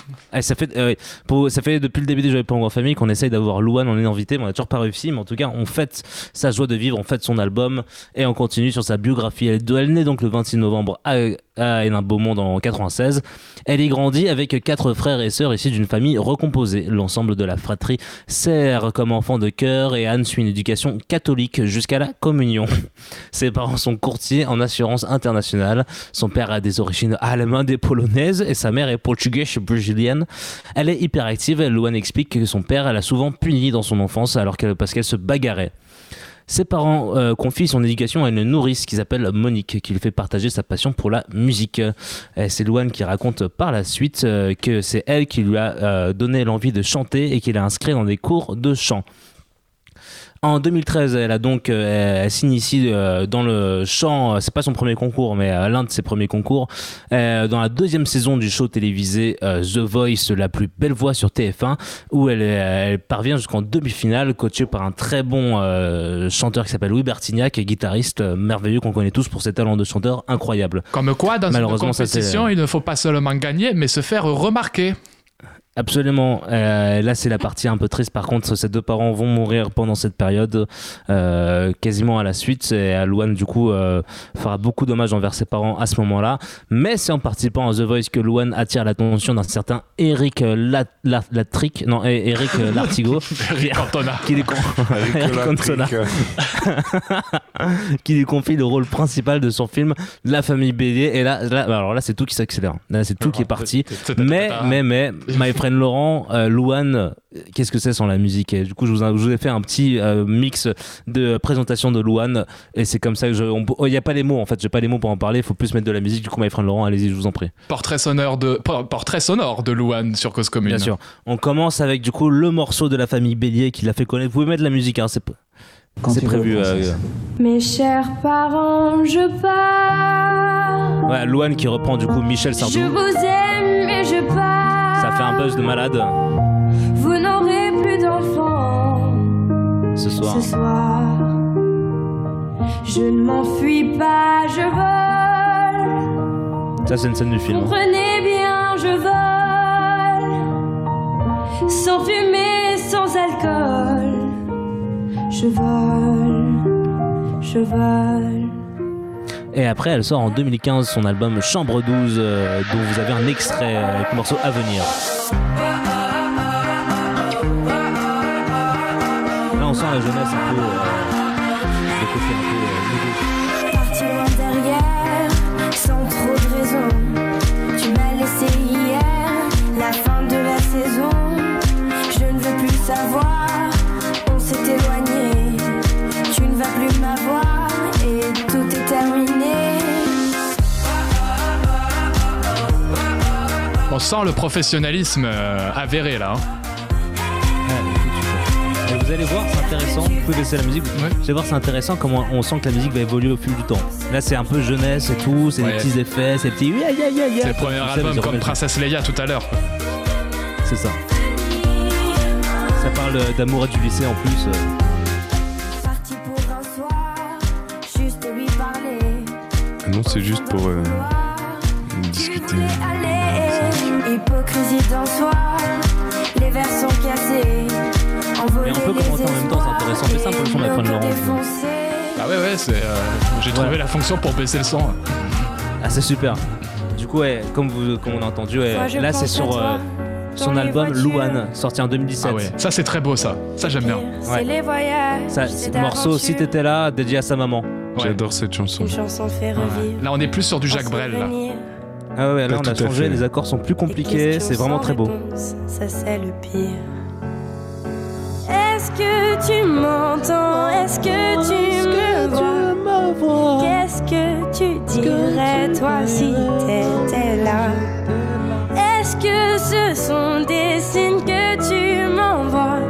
Speaker 6: Hein. ça, fait, euh, pour, ça fait depuis le début des Joyeux Pangouins Famille qu'on essaye d'avoir Louane. On est invité, mais on n'a toujours pas réussi. Mais en tout cas, on fête sa joie de vivre, on fête son album et on continue sur sa biographie. Elle, elle naît donc le 26 novembre à, à Hénin Beaumont en 96. Elle y grandit avec quatre frères et sœurs issus d'une famille recomposée. L'ensemble de la fratrie sert comme enfant de cœur et Anne suit une éducation catholique jusqu'à la communion. Ses parents sont courtiers en assurance internationale. Son père a des origines allemandes et polonaises et sa mère est portugaise brésilienne. Elle est hyperactive. Louane explique que son père l'a souvent punie dans son enfance alors qu'elle, parce qu'elle se bagarrait. Ses parents euh, confient son éducation à une nourrice qui s'appelle Monique, qui lui fait partager sa passion pour la musique. c'est Louane qui raconte par la suite euh, que c'est elle qui lui a euh, donné l'envie de chanter et qu'il a inscrit dans des cours de chant. En 2013, elle a donc euh, elle, elle s'initie dans le chant. C'est pas son premier concours, mais euh, l'un de ses premiers concours euh, dans la deuxième saison du show télévisé euh, The Voice, la plus belle voix sur TF1, où elle, euh, elle parvient jusqu'en demi-finale, coachée par un très bon euh, chanteur qui s'appelle Louis Bertignac, guitariste euh, merveilleux qu'on connaît tous pour ses talents de chanteur incroyables.
Speaker 1: Comme quoi, dans une compétition, il ne faut pas seulement gagner, mais se faire remarquer.
Speaker 6: Absolument. Euh, là, c'est la partie un peu triste. Par contre, ces deux parents vont mourir pendant cette période, euh, quasiment à la suite. Et Luan, du coup, euh, fera beaucoup d'hommages envers ses parents à ce moment-là. Mais c'est en participant à The Voice que Luan attire l'attention d'un certain Eric euh, Lat- Lat- Latric, non, eh, Eric Lartigo,
Speaker 1: Eric Cantona.
Speaker 6: qui lui con-
Speaker 1: Eric
Speaker 6: Eric Cantona. qui lui confie le rôle principal de son film La Famille Bélier. Et là, là- alors là, c'est tout qui s'accélère. Là, c'est tout qui est parti. Mais, mais, mais, My Friend Laurent, euh, Louane, euh, qu'est-ce que c'est sans la musique Et Du coup, je vous, ai- je vous ai fait un petit euh, mix de présentation de Louane. Et c'est comme ça que je. on- oh, Il n'y a pas les mots, en fait. J'ai pas les mots pour en parler. Il faut plus mettre de la musique. Du coup, My Friend Laurent, allez-y, je vous en prie.
Speaker 1: Portrait sonore de, por- portrait sonore de Louane sur Cause Commune.
Speaker 6: Bien sûr. On commence avec, du coup, le morceau de la famille Bélier qui l'a fait connaître. Vous pouvez mettre de la musique, hein, c'est c'est prévu. euh,
Speaker 16: Mes chers parents, je pars.
Speaker 6: Ouais, Louane qui reprend du coup Michel Sardou.
Speaker 16: Je vous aime et je pars.
Speaker 6: Ça fait un buzz de malade
Speaker 16: Vous n'aurez plus d'enfants
Speaker 6: ce soir.
Speaker 16: ce soir. Je ne m'enfuis pas, je vole.
Speaker 6: Ça, c'est une scène du film. hein.
Speaker 16: Comprenez bien, je vole. Sans fumée, sans alcool. Je vole, je vole.
Speaker 6: Et après, elle sort en 2015 son album Chambre 12, euh, dont vous avez un extrait euh, avec le morceau à venir. Là, on sent la jeunesse un peu. euh, le côté un peu, euh, nouveau.
Speaker 16: Parti loin derrière, sans trop de raison. Tu m'as laissé hier, la fin de la saison. Je ne veux plus savoir, on s'est éloigné. Tu ne vas plus m'avoir et tout est terminé.
Speaker 1: On sent le professionnalisme euh, avéré là. hein.
Speaker 6: euh, Et vous allez voir, c'est intéressant. Vous pouvez laisser la musique. Vous allez voir, c'est intéressant comment on sent que la musique va évoluer au fil du temps. Là, c'est un peu jeunesse et tout, c'est
Speaker 1: Ouais.
Speaker 6: des petits effets, c'est des petits. Yeah, yeah, yeah, yeah.
Speaker 1: C'est le
Speaker 6: Comme
Speaker 1: premier
Speaker 6: tout ça,
Speaker 1: album
Speaker 6: mais
Speaker 1: comme
Speaker 6: c'est
Speaker 1: Princesse Leia tout à l'heure.
Speaker 6: C'est ça. Ça parle euh, d'amour et du lycée en plus. euh.
Speaker 16: Parti pour un soir, juste lui parler.
Speaker 8: Ah non, c'est juste pour euh, discuter.
Speaker 16: Allez, hypocrisie dans soi, les vers sont cassés.
Speaker 6: Mais on peut commenter en même temps, c'est intéressant. Mais ça, un peu le son de la fin de Laurent.
Speaker 1: Ah ouais ouais, c'est, euh, j'ai trouvé la fonction pour baisser le son.
Speaker 6: Ah, c'est super. Du coup, ouais, comme, vous, comme on a entendu, ouais,
Speaker 1: Moi, je
Speaker 6: là
Speaker 1: pense
Speaker 6: c'est
Speaker 1: à
Speaker 6: sur
Speaker 1: toi,
Speaker 6: euh, son album Louane, sorti en 2017.
Speaker 1: Ah ouais, ça c'est très beau ça. Ça j'aime bien.
Speaker 16: C'est les voyages.
Speaker 6: Ça,
Speaker 16: c'est
Speaker 6: c'est le morceau Si t'étais là, dédié à sa maman.
Speaker 8: J'adore cette chanson.
Speaker 16: Une chanson fait revivre.
Speaker 1: Là on est plus sur du Jacques Brel là.
Speaker 6: Ah ouais,
Speaker 8: Pas
Speaker 6: là on a
Speaker 8: tout à
Speaker 6: changé,
Speaker 8: fait.
Speaker 6: les accords sont plus compliqués, c'est vraiment très beau.
Speaker 16: Ça, c'est le pire. Est-ce que tu m'entends Est-ce que tu me vois Qu'est-ce que tu dirais, toi, si t'étais là Est-ce que ce sont des signes que tu m'envoies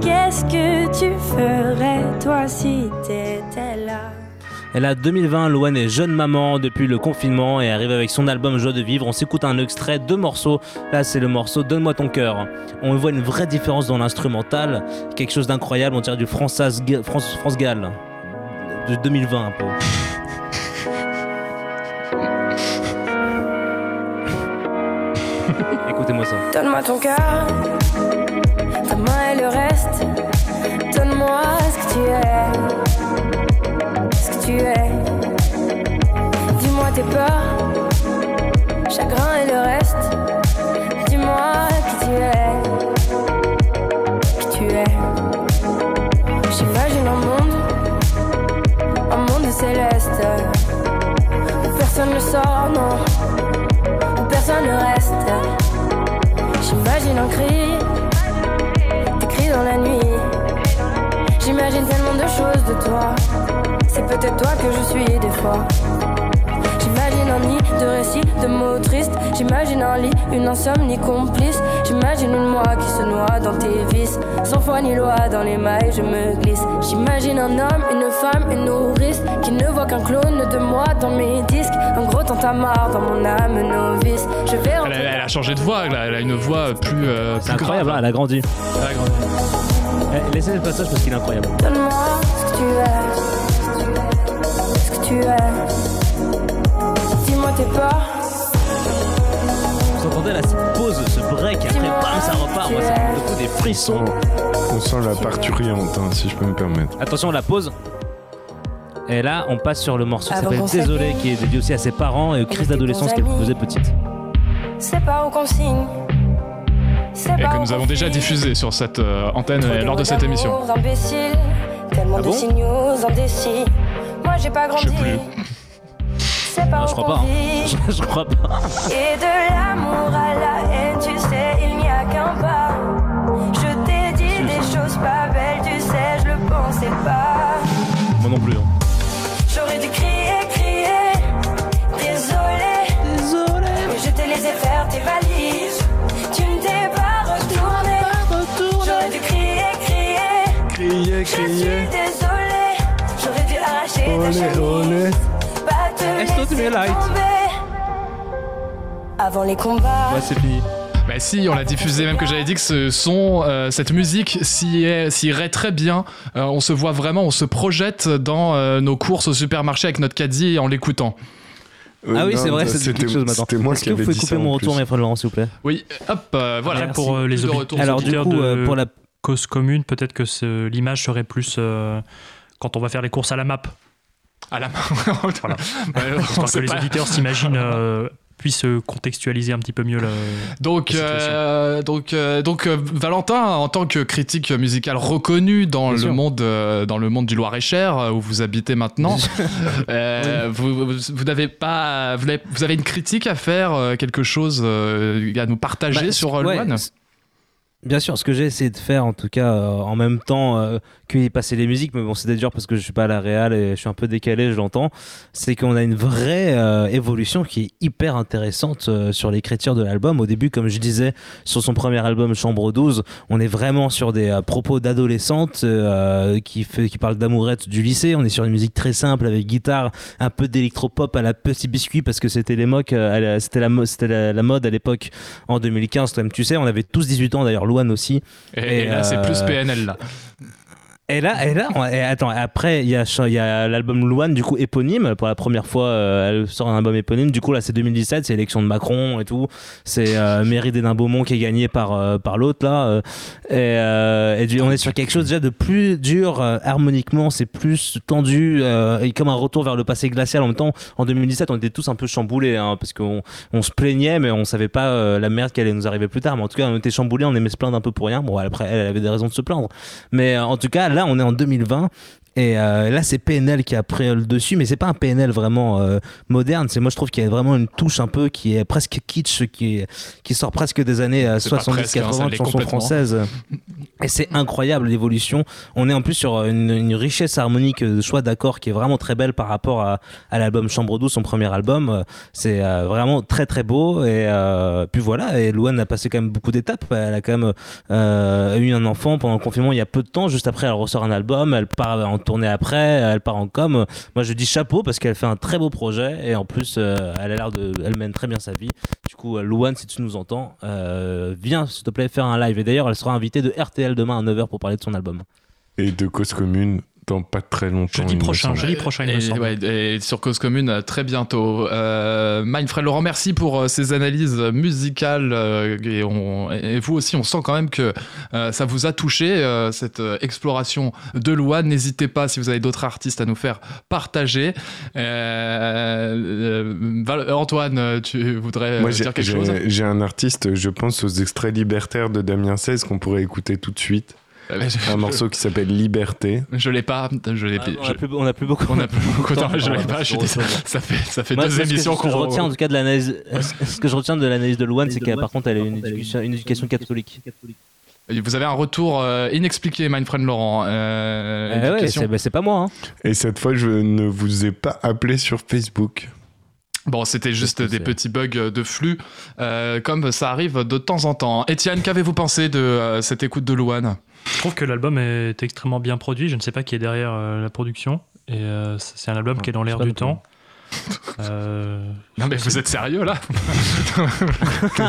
Speaker 16: Qu'est-ce que tu ferais, toi, si t'étais là
Speaker 6: Et là, 2020, Loane est jeune maman depuis le confinement et arrive avec son album Joie de vivre. On s'écoute un extrait, deux morceaux. Là, c'est le morceau Donne-moi ton cœur. On voit une vraie différence dans l'instrumental, quelque chose d'incroyable. On dirait du France, France, France Gall de 2020 un peu. Écoutez-moi ça.
Speaker 16: Donne-moi ton cœur, ta main et le reste. Donne-moi ce que tu es, ce que tu es. Dis-moi tes peurs, chagrin et le reste. Dis-moi qui tu es, qui tu es. J'imagine un monde, un monde céleste. Où personne ne sort, non, où personne ne reste. J'imagine un cri, des cris dans la nuit. J'imagine tellement de choses de toi. C'est peut-être toi que je suis des fois. J'imagine un nid de récits, de mots tristes. J'imagine un lit, une insomnie complice. J'imagine une moi qui se noie dans tes vices. Sans foi ni loi, dans les mailles, je me glisse. J'imagine un homme, une femme, une nourrice. Qui ne voit qu'un clone de moi dans mes disques. Un gros tentamar dans mon âme novice. Je vais
Speaker 1: Elle a, elle a changé de voix, là, elle a une voix plus, euh, plus
Speaker 6: incroyable, hein,
Speaker 1: grave.
Speaker 6: elle a grandi. Eh, laissez le passage parce qu'il est incroyable.
Speaker 16: Donne-moi ce que tu es, ce que tu es. Dis-moi tes peurs,
Speaker 6: Vous entendez la pause, ce break après marre, moi, ça me donne plutôt des frissons.
Speaker 8: Oh, On sent la parturiante, hein, si je peux me permettre.
Speaker 6: Attention, on la pause. Et là, on passe sur le morceau qui
Speaker 16: Avant
Speaker 6: s'appelle
Speaker 16: qu'on s'habille.
Speaker 6: Désolé, qui est dédié aussi à ses parents et aux crises d'adolescence qu'elle faisait petite.
Speaker 16: C'est pas aux consignes. C'est
Speaker 1: Et
Speaker 16: pas
Speaker 1: que
Speaker 16: aux
Speaker 1: nous avons déjà diffusé sur cette euh, antenne euh, lors de cette émission.
Speaker 16: consignes, imbéciles. Tellement
Speaker 1: Ah
Speaker 16: de
Speaker 1: bon
Speaker 16: signaux indécis. Moi j'ai pas grandi. C'est pas
Speaker 6: Ah, je
Speaker 16: aux
Speaker 6: crois pas. hein.
Speaker 16: consignes.
Speaker 6: Je, je crois pas.
Speaker 16: Et de l'amour à la haine, tu sais, il n'y a qu'un pas. Je t'ai dit des choses pas belles, tu sais, je le pensais pas.
Speaker 6: Moi non plus. hein.
Speaker 16: J'aurais dû crier, crier, désolé, désolé. Mais je te laissé faire tes valises, tu ne t'es pas retourné. J'aurais dû crier, crier,
Speaker 8: Crier,
Speaker 16: je suis
Speaker 8: crier.
Speaker 16: désolé. J'aurais dû arracher ta
Speaker 8: Olé,
Speaker 16: chemise,
Speaker 8: olé.
Speaker 16: pas te
Speaker 6: Est-ce que tu
Speaker 16: laisser
Speaker 6: me likes
Speaker 16: tomber. Avant les combats.
Speaker 6: Ouais, c'est fini.
Speaker 1: Bah si, on l'a diffusé, même que j'avais dit que ce son, euh, cette musique s'y est- s'y irait très bien. Euh, on se voit vraiment, on se projette dans euh, nos courses au supermarché avec notre caddie en l'écoutant.
Speaker 8: Euh,
Speaker 6: ah oui,
Speaker 8: non,
Speaker 6: c'est vrai,
Speaker 8: ça,
Speaker 6: c'est
Speaker 8: c'était-
Speaker 6: quelque chose maintenant.
Speaker 8: c'était moi
Speaker 6: Est-ce
Speaker 8: qui
Speaker 6: que vous
Speaker 8: avais
Speaker 6: pouvez
Speaker 8: dit
Speaker 6: couper
Speaker 8: ça,
Speaker 6: mon
Speaker 8: en
Speaker 6: retour,
Speaker 8: plus.
Speaker 6: mes frères Laurent, s'il vous plaît
Speaker 1: Oui, hop, euh,
Speaker 9: Là,
Speaker 1: voilà.
Speaker 9: pour euh,
Speaker 1: Merci.
Speaker 9: les
Speaker 1: De
Speaker 9: audi-
Speaker 1: retour
Speaker 9: les
Speaker 1: sur
Speaker 9: auditeurs
Speaker 1: Twitter.
Speaker 9: de
Speaker 6: coup, euh, pour la-
Speaker 9: cause commune, peut-être que ce- l'image serait plus euh, quand on va faire les courses à la map. Ah,
Speaker 1: À la main.
Speaker 9: Oh, Voilà.
Speaker 1: Bah, on
Speaker 9: Histoire
Speaker 1: sait
Speaker 9: que les
Speaker 1: pas.
Speaker 9: auditeurs s'imaginent, euh, puissent euh, contextualiser un petit peu mieux. le-
Speaker 1: Donc, euh, donc, euh, donc euh, Valentin, en tant que critique musical reconnu dans le monde, euh, dans le monde du Loir-et-Cher euh, où vous habitez maintenant, euh, vous, vous, vous n'avez pas, vous avez, vous avez une critique à faire, euh, quelque chose euh, à nous partager
Speaker 6: Bah,
Speaker 1: sur euh,
Speaker 6: ouais,
Speaker 1: Luan
Speaker 6: c- Bien sûr, ce que j'ai essayé de faire, en tout cas, euh, en même temps euh, qu'il passait les musiques, mais bon, c'était dur parce que je suis pas à la réal et je suis un peu décalé, je l'entends, c'est qu'on a une vraie euh, évolution qui est hyper intéressante euh, sur l'écriture de l'album. Au début, comme je disais, sur son premier album, Chambre 12, on est vraiment sur des euh, propos d'adolescentes euh, qui, fait- qui parlent d'amourette du lycée. On est sur une musique très simple avec guitare, un peu d'électropop à la petit biscuit parce que c'était les mocs, euh, à la- c'était la, mo- c'était la- la mode à l'époque en 2015. Toi-même, tu sais, on avait tous 18 ans d'ailleurs, Louane aussi.
Speaker 1: et, et là, c'est plus
Speaker 6: euh,
Speaker 1: PNL là.
Speaker 6: et là, et là, on- et attends, après, il y a, il y a l'album Louane, du coup, éponyme. Pour la première fois, euh, elle sort un album éponyme. Du coup, là, c'est 2017, c'est l'élection de Macron et tout. C'est euh, mairie d'Hénin Beaumont qui est gagnée par, euh, par l'autre, là. euh, et, euh, et du- on est sur quelque chose déjà de plus dur euh, harmoniquement, c'est plus tendu, euh, et comme un retour vers le passé glacial. En même temps, en 2017, on était tous un peu chamboulés, hein, parce qu'on on se plaignait, mais on savait pas euh, la merde qui allait nous arriver plus tard. Mais en tout cas, on était chamboulés, on aimait se plaindre un peu pour rien. Bon, après, elle avait des raisons de se plaindre. Mais euh, en tout cas, là, on est en 2020. Et euh, là, c'est PNL qui a pris le dessus, mais c'est pas un PNL vraiment euh, moderne. C'est moi, je trouve qu'il y a vraiment une touche un peu qui est presque kitsch, qui, est- qui sort presque des années
Speaker 1: C'est pas presque, hein, ça
Speaker 6: 70-80
Speaker 1: l'est
Speaker 6: de chansons
Speaker 1: complètement.
Speaker 6: françaises. Et c'est incroyable l'évolution. On est en plus sur euh, une, une richesse harmonique de choix d'accords qui est vraiment très belle par rapport à, à l'album Chambre d'eau, son premier album. Euh, C'est euh, vraiment très très beau. Et euh, puis voilà, et Louane a passé quand même beaucoup d'étapes. Elle a quand même euh, eu un enfant pendant le confinement il y a peu de temps. Juste après, elle ressort un album, elle part en tournée après, elle part en com. Moi je dis chapeau parce qu'elle fait un très beau projet et en plus euh, elle a l'air de. Elle mène très bien sa vie. Du coup, euh, Louane, si tu nous entends, euh, viens s'il te plaît faire un live. Et d'ailleurs, elle sera invitée de RTL demain à 9h pour parler de son album.
Speaker 8: Et de cause commune dans pas très longtemps. il me semble.
Speaker 1: Euh, et, ouais, et sur Cause Commune, euh, très bientôt. Euh, Mindfred Laurent, merci pour euh, ces analyses musicales. euh, et, on- et vous aussi, on sent quand même que euh, ça vous a touché, euh, cette euh, exploration de Louane. N'hésitez pas, si vous avez d'autres artistes, à nous faire partager. Euh, euh, Val- Antoine, euh, tu voudrais euh,
Speaker 8: Moi, j'ai-
Speaker 1: dire quelque
Speaker 8: j'ai-
Speaker 1: chose
Speaker 8: J'ai un artiste, je pense aux extraits libertaires de Damien 16 qu'on pourrait écouter tout de suite.
Speaker 1: Ah, mais je-
Speaker 8: Un morceau qui s'appelle Liberté.
Speaker 1: je l'ai pas, je l'ai.
Speaker 6: Ah, on a plus- on a plus beaucoup.
Speaker 1: On a plus beaucoup de temps.
Speaker 6: Attends,
Speaker 1: Je
Speaker 6: on va
Speaker 1: l'ai pas.
Speaker 6: passer
Speaker 1: je suis
Speaker 6: au
Speaker 1: désolé.
Speaker 6: retour.
Speaker 1: Ça fait ça fait
Speaker 6: Moi,
Speaker 1: deux
Speaker 6: ce que-
Speaker 1: émissions
Speaker 6: ce que
Speaker 1: qu'on
Speaker 6: je retiens en tout cas de l'analyse. Ce que je retiens de l'analyse de Louane, c'est qu'elle par contre, elle a une éducation, une éducation catholique.
Speaker 1: Vous avez un retour euh, inexpliqué, Mindfriend Laurent. euh,
Speaker 6: Eh ouais, c'est- bah, pas moi.
Speaker 8: Et cette fois, je ne vous ai pas appelé sur Facebook.
Speaker 1: Bon, c'était juste des petits bugs de flux, euh, comme ça arrive de temps en temps. Étienne, qu'avez-vous pensé de euh, cette écoute de Louane
Speaker 9: Je trouve que l'album est extrêmement bien produit. Je ne sais pas qui est derrière euh, la production. Et euh, c'est c'est un album qui est dans l'air du temps. Euh,
Speaker 1: Non mais vous êtes sérieux là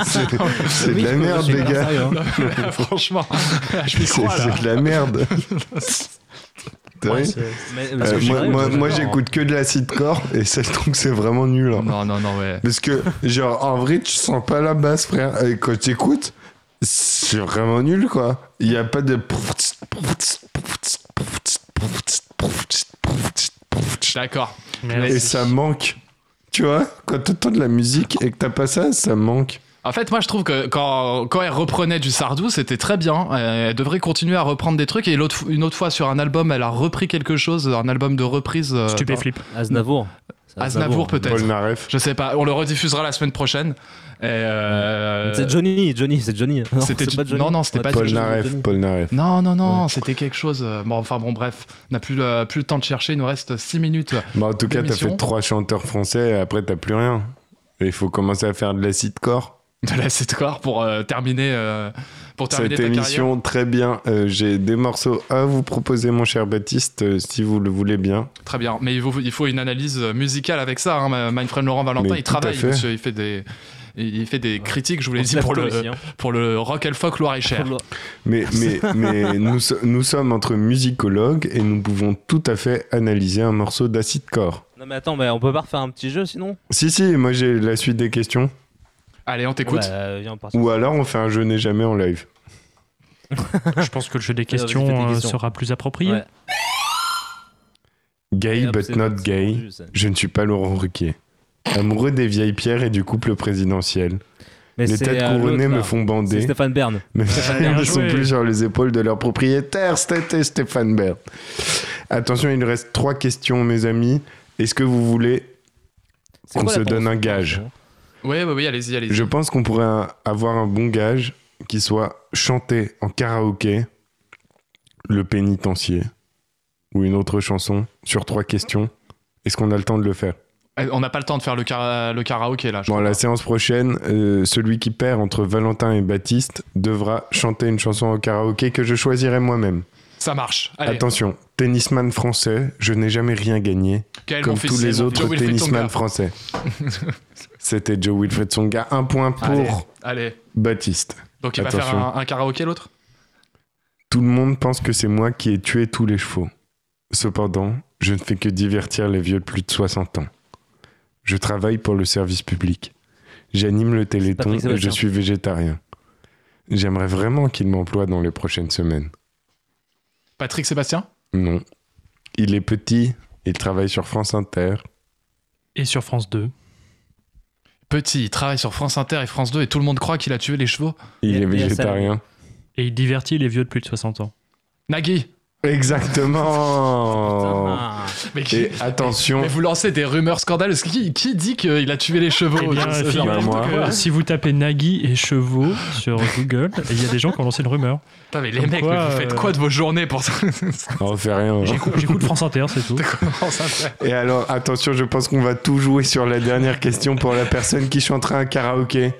Speaker 8: C'est c'est de la merde, les gars.
Speaker 6: hein.
Speaker 1: Franchement, je
Speaker 8: C'est
Speaker 1: m'y crois là.
Speaker 8: c'est de la merde. T'as
Speaker 1: Ouais,
Speaker 8: vu
Speaker 1: c'est-
Speaker 6: Mais-
Speaker 8: Euh,
Speaker 6: mais c'est
Speaker 8: moi,
Speaker 6: vrai,
Speaker 8: moi-
Speaker 6: c'est
Speaker 8: moi,
Speaker 6: vrai,
Speaker 8: j'écoute que de la sitcore et ça je trouve que c'est vraiment nul. hein.
Speaker 1: Non, non, non, ouais.
Speaker 8: Parce que, genre, en vrai, tu sens pas la basse, frère. Et quand t'écoutes, C'est vraiment nul, quoi. Il n'y a pas de.
Speaker 1: D'accord.
Speaker 8: Et ça manque. Tu vois, quand t'entends de la musique et que t'as pas ça, ça manque.
Speaker 1: En fait, moi, je trouve que quand, quand elle reprenait du Sardou, c'était très bien. Euh, Elle devrait continuer à reprendre des trucs. Et l'autre, une autre fois, sur un album, elle a repris quelque chose, un album de reprise. euh,
Speaker 9: Stupéflip.
Speaker 1: dans-
Speaker 6: Aznavour.
Speaker 1: Aznavour, peut-être.
Speaker 8: Polnareff.
Speaker 1: Je sais pas. On le rediffusera la semaine prochaine. Et, euh,
Speaker 6: C'est Johnny, Johnny, c'est Johnny. Non,
Speaker 1: C'était
Speaker 6: c'est pas
Speaker 1: du-
Speaker 6: Johnny.
Speaker 1: non, non, c'était
Speaker 6: Ouais,
Speaker 1: pas
Speaker 6: c'est
Speaker 1: du-
Speaker 6: Johnny.
Speaker 8: Polnareff, Polnareff.
Speaker 1: Non, non, non, c'était quelque chose. euh, Bon, enfin, bon, bref. On n'a plus, le- plus le temps de chercher. Il nous reste 6 minutes.
Speaker 8: Bah, en tout cas, t'as
Speaker 1: d'émission.
Speaker 8: fait trois chanteurs français et après, t'as plus rien. Et il faut commencer à faire de la sitcore.
Speaker 1: De la sitcore pour euh, terminer, euh, pour terminer
Speaker 8: Cette
Speaker 1: ta
Speaker 8: émission, très bien. Euh, J'ai des morceaux à vous proposer, mon cher Baptiste, euh, si vous le voulez bien.
Speaker 1: carrière. Très bien. Mais il faut, il faut une analyse musicale avec ça. Hein. Mindfriend Laurent Valentin,
Speaker 8: Mais
Speaker 1: il
Speaker 8: tout à
Speaker 1: travaille,
Speaker 8: fait.
Speaker 1: monsieur. Il fait des. Il fait des critiques, je vous l'ai
Speaker 6: On
Speaker 1: dit,
Speaker 6: se lève
Speaker 1: pour
Speaker 6: tôt
Speaker 1: le,
Speaker 6: ici, hein.
Speaker 1: pour le Rock Folk Loire et Cher.
Speaker 8: Mais, mais, mais nous, so- nous sommes entre musicologues et nous pouvons tout à fait analyser un morceau d'acidcore.
Speaker 6: Non, mais attends, mais on peut pas refaire un petit jeu sinon
Speaker 8: Si, si, moi j'ai la suite des questions.
Speaker 1: Allez, on
Speaker 6: t'écoute. Bah, viens, on part sur-
Speaker 8: Ou alors on fait un je n'ai jamais en live.
Speaker 9: Je pense que le jeu des
Speaker 6: vas-y, fais tes
Speaker 9: questions euh,
Speaker 6: questions.
Speaker 9: sera plus approprié.
Speaker 6: Ouais.
Speaker 8: Gay but
Speaker 6: c'est
Speaker 8: not
Speaker 6: bon, c'est
Speaker 8: gay,
Speaker 6: rendu, ça.
Speaker 8: je ne suis pas Laurent Ruquier. Amoureux des vieilles pierres et du couple présidentiel.
Speaker 6: Mais
Speaker 8: les
Speaker 6: c'est,
Speaker 8: têtes
Speaker 6: euh, l'autre,
Speaker 8: couronnées me
Speaker 6: là.
Speaker 8: font bander.
Speaker 6: C'est Stéphane Bern.
Speaker 8: Mais
Speaker 6: Stéphane
Speaker 8: ils
Speaker 6: Bern.
Speaker 8: ne sont
Speaker 6: Bien joué.
Speaker 8: plus sur les épaules de leur propriétaire. C'était Stéphane Bern. Attention, il nous reste trois questions, mes amis. Est-ce que vous voulez
Speaker 1: C'est
Speaker 8: qu'on
Speaker 1: quoi
Speaker 8: se
Speaker 1: la
Speaker 8: donne
Speaker 1: tendance
Speaker 8: un gage
Speaker 1: Oui, oui, oui, allez-y, allez-y.
Speaker 8: Je pense qu'on pourrait un- avoir un bon gage qui soit chanté en karaoké, Le pénitencier, ou une autre chanson sur trois questions. Est-ce qu'on a le temps de le faire
Speaker 1: Eh, On n'a pas le temps de faire le, kara- le karaoké, là. je
Speaker 8: Bon, la séance prochaine, euh, celui qui perd entre Valentin et Baptiste devra chanter une chanson en karaoké que je choisirai moi-même.
Speaker 1: Ça marche. Allez.
Speaker 8: Attention, tennisman français, je n'ai jamais rien gagné,
Speaker 1: Gaël
Speaker 8: comme
Speaker 1: Monfils,
Speaker 8: tous les
Speaker 1: c'est bon.
Speaker 8: autres
Speaker 1: Joe Wilfried
Speaker 8: tennisman
Speaker 1: Tsonga.
Speaker 8: français. C'était Joe Wilfred Songa, un point pour
Speaker 1: Allez, allez.
Speaker 8: Baptiste.
Speaker 1: Donc il va
Speaker 8: Attention,
Speaker 1: faire un, un karaoké, l'autre
Speaker 8: tout le monde pense que c'est moi qui ai tué tous les chevaux. Cependant, je ne fais que divertir les vieux de plus de 60 ans. Je travaille pour le service public. J'anime le téléthon
Speaker 6: Patrick
Speaker 8: et je
Speaker 6: Sébastien.
Speaker 8: suis végétarien. J'aimerais vraiment qu'il m'emploie dans les prochaines semaines.
Speaker 1: Patrick Sébastien
Speaker 8: Non. Il est petit, il travaille sur France Inter.
Speaker 9: Et sur France 2.
Speaker 1: Petit, il travaille sur France Inter et France 2 et tout le monde croit qu'il a tué les chevaux.
Speaker 8: Il est
Speaker 9: y a
Speaker 8: végétarien.
Speaker 9: Et il divertit les vieux de plus de 60 ans.
Speaker 1: Nagui
Speaker 8: Exactement.
Speaker 1: Mais qui-
Speaker 8: Et attention,
Speaker 1: Mais vous lancez des rumeurs scandaleuses. Qui, qui dit qu'il a tué les chevaux
Speaker 9: Eh bien,
Speaker 1: C'est
Speaker 9: figurez-vous
Speaker 1: n'importe
Speaker 9: que
Speaker 1: quoi.
Speaker 9: si vous tapez Nagui et chevaux sur Google, il y a des gens qui ont lancé une rumeur.
Speaker 1: Putain, mais les
Speaker 9: Comme
Speaker 1: mecs,
Speaker 9: quoi,
Speaker 1: mais vous faites
Speaker 9: euh,
Speaker 1: quoi de vos journées pour ça
Speaker 8: on fait rien. hein.
Speaker 9: J'écoute j'écoute France Inter, c'est tout.
Speaker 8: Et alors, attention, je pense qu'on va tout jouer sur la dernière question pour la personne qui chantera un karaoké.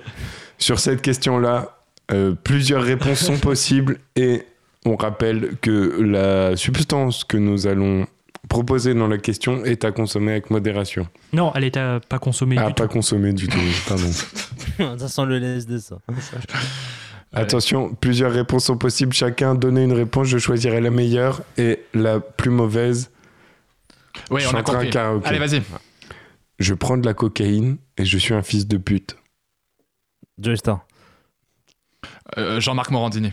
Speaker 8: Sur cette question-là, euh, plusieurs réponses sont possibles et on rappelle que la substance que nous allons proposer dans la question est à consommer avec modération.
Speaker 9: Non, elle est à pas consommée.
Speaker 8: À Ah, pas consommer du tout, pardon.
Speaker 6: ça sent le LSD, ça.
Speaker 8: Attention, plusieurs réponses sont possibles. Chacun donnez une réponse, je choisirai la meilleure et la plus mauvaise.
Speaker 1: Oui, on a
Speaker 8: chantera un
Speaker 1: compris.
Speaker 8: karaoké.
Speaker 1: Allez, vas-y.
Speaker 8: Je prends de la cocaïne et je suis un fils de pute.
Speaker 6: Joy Star.
Speaker 1: Euh, Jean-Marc Morandini.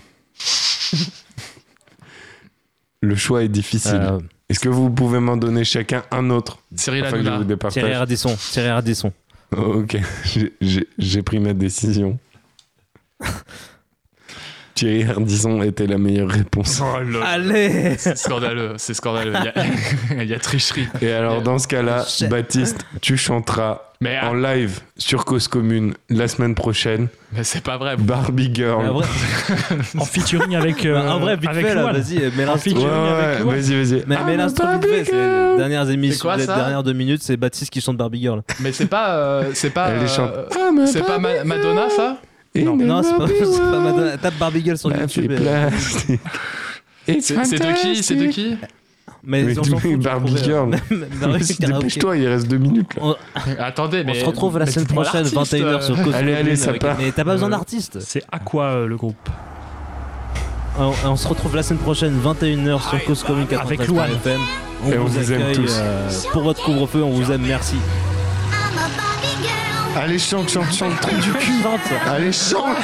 Speaker 8: Le choix est difficile.
Speaker 6: Euh,
Speaker 8: Est-ce que vous pouvez m'en donner chacun un autre
Speaker 1: Cyril
Speaker 8: afin que je
Speaker 1: Hanouna.
Speaker 8: vous départage Oh,
Speaker 6: Thierry Ardisson. Thierry Ardisson.
Speaker 8: Ok, j'ai- j'ai- j'ai pris ma décision. Thierry Ardisson était la meilleure réponse.
Speaker 1: Oh, lol.
Speaker 6: Allez
Speaker 1: C'est scandaleux, c'est scandaleux. Il y a- Il y, a tricherie.
Speaker 8: Et alors dans ce
Speaker 6: Oh,
Speaker 8: cas-là,
Speaker 1: Shit.
Speaker 8: Baptiste, tu chanteras
Speaker 1: Mais, ah.
Speaker 8: en live sur Cause Commune la semaine prochaine
Speaker 1: Mais c'est pas vrai.
Speaker 8: Barbie Girl.
Speaker 6: Ah, vrai-
Speaker 9: En featuring avec. euh,
Speaker 6: Bah, en vrai, vite
Speaker 9: avec
Speaker 6: fait, là,
Speaker 9: Loane.
Speaker 6: vas-y, mets
Speaker 9: En
Speaker 6: l'instru.
Speaker 8: Ouais,
Speaker 9: featuring avec
Speaker 8: ouais,
Speaker 9: Loane.
Speaker 8: vas-y,
Speaker 1: Ah,
Speaker 8: vas-y. Ah,
Speaker 6: Mais, mais l'instru vite fait, c'est les dernières émissions,
Speaker 1: quoi,
Speaker 6: les
Speaker 1: ça
Speaker 6: dernières deux minutes, c'est Baptiste qui chante Barbie Girl.
Speaker 1: Mais c'est pas. euh, c'est pas.
Speaker 8: Elle les chante.
Speaker 1: euh,
Speaker 8: Ah, mais
Speaker 1: c'est pas Ma-
Speaker 8: Barbie
Speaker 1: Madonna, ça
Speaker 8: In
Speaker 6: Non,
Speaker 8: the
Speaker 6: non c'est pas,
Speaker 8: Barbie
Speaker 6: c'est pas
Speaker 8: world,
Speaker 6: Madonna. Tape Barbie Girl sur
Speaker 1: Bah,
Speaker 8: la
Speaker 6: YouTube.
Speaker 8: fée
Speaker 6: et-
Speaker 8: plastique. It's
Speaker 1: C'est c'est de qui C'est de
Speaker 8: fantastic.
Speaker 1: qui
Speaker 6: Mais,
Speaker 8: Mais
Speaker 6: on s'en
Speaker 8: tout-
Speaker 6: fout,
Speaker 8: Barbie
Speaker 6: je
Speaker 8: Girl.
Speaker 6: trouve, euh, dans le karaoké.
Speaker 8: Dépêche-toi, il reste deux minutes. là.
Speaker 6: On,
Speaker 1: Attendez,
Speaker 6: on
Speaker 1: mais.
Speaker 6: se retrouve la
Speaker 1: mais
Speaker 6: semaine
Speaker 1: dites-moi
Speaker 6: prochaine,
Speaker 1: l'artiste,
Speaker 6: 21h sur
Speaker 1: euh,
Speaker 6: Cause
Speaker 8: Allez, allez,
Speaker 6: Commune
Speaker 8: ça
Speaker 6: avec-
Speaker 8: part.
Speaker 6: Mais t'as pas besoin
Speaker 1: Euh,
Speaker 6: d'artiste.
Speaker 9: C'est à quoi euh, le groupe
Speaker 6: On, on se retrouve la semaine prochaine, 21h sur Cause Commune 93.fm.
Speaker 9: Avec Louane.
Speaker 6: On
Speaker 8: Et on
Speaker 6: vous
Speaker 8: vous aime
Speaker 6: accueille
Speaker 8: tous.
Speaker 6: euh, pour votre couvre-feu, on vous aime, merci.
Speaker 17: I'm a Barbie girl
Speaker 8: Allez, chante, chante, chante, trompe du cul. Allez, chante.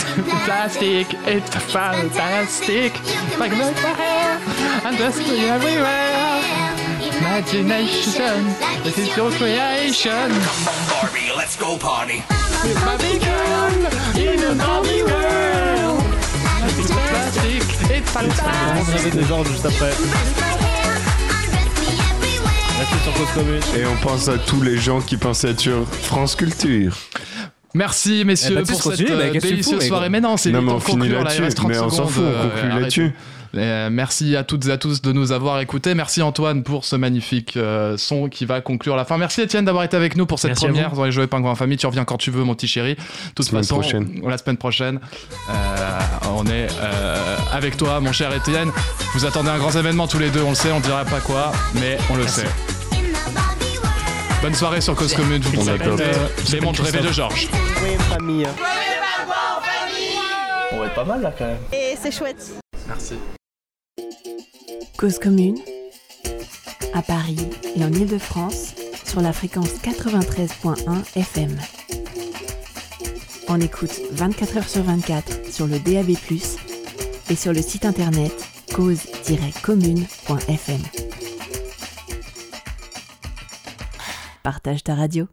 Speaker 17: Plastic, it's fantastic. Magnifier, industry everywhere. Imagination, this is your creation.
Speaker 7: Barbie, let's go party.
Speaker 17: It's Barbie girl, in a Barbie world. It's plastic, it's
Speaker 6: On
Speaker 17: fantastic.
Speaker 6: rêver des gens juste après. Restez sur Cause Commune.
Speaker 8: Et on pense à tous les gens qui pensent être sur France Culture.
Speaker 1: Merci messieurs
Speaker 8: Eh ben, tu
Speaker 1: pour
Speaker 8: sais,
Speaker 1: cette
Speaker 8: continue,
Speaker 1: euh,
Speaker 8: bah, qu'est-ce que tu
Speaker 1: délicieuse
Speaker 8: fous, mec
Speaker 1: soirée. Mais non, c'est
Speaker 8: Non,
Speaker 1: le
Speaker 8: mais
Speaker 1: temps
Speaker 8: on
Speaker 1: de
Speaker 8: finit
Speaker 1: conclure, là, il
Speaker 8: là-dessus.
Speaker 1: reste 30
Speaker 8: Mais on s'en
Speaker 1: secondes,
Speaker 8: fout, on
Speaker 1: euh,
Speaker 8: conclut
Speaker 1: arrête.
Speaker 8: là-dessus.
Speaker 1: Euh, merci à toutes et à tous de nous avoir écoutés. Merci Antoine pour ce magnifique euh, son qui va conclure la fin. Merci Étienne d'avoir été avec nous pour cette
Speaker 9: Merci à
Speaker 1: première
Speaker 9: vous.
Speaker 1: dans les Jouets Pingouins en famille. Tu reviens quand tu veux, mon petit chéri. De toute
Speaker 8: Semaine
Speaker 1: façon,
Speaker 8: prochaine.
Speaker 1: on- la semaine prochaine, euh, on est euh, avec toi, mon cher Étienne. Vous attendez un grand événement tous les deux, on le sait, on ne dira pas quoi, mais on le sait. Bonne soirée sur Cause Commune. Vous
Speaker 9: Il
Speaker 1: pouvez
Speaker 9: s'appelle,
Speaker 1: écouter
Speaker 9: euh, il
Speaker 1: Les
Speaker 9: s'appelle
Speaker 1: montres rêvées de
Speaker 9: Christophe.
Speaker 1: Georges.
Speaker 10: famille.
Speaker 9: On va être pas mal là quand même.
Speaker 4: Et c'est chouette.
Speaker 1: Merci.
Speaker 18: Cause commune, à Paris et en Ile-de-France, sur la fréquence 93.1 FM. On écoute 24h sur 24 sur le DAB+, et sur le site internet cause-commune.fm. Partage ta radio.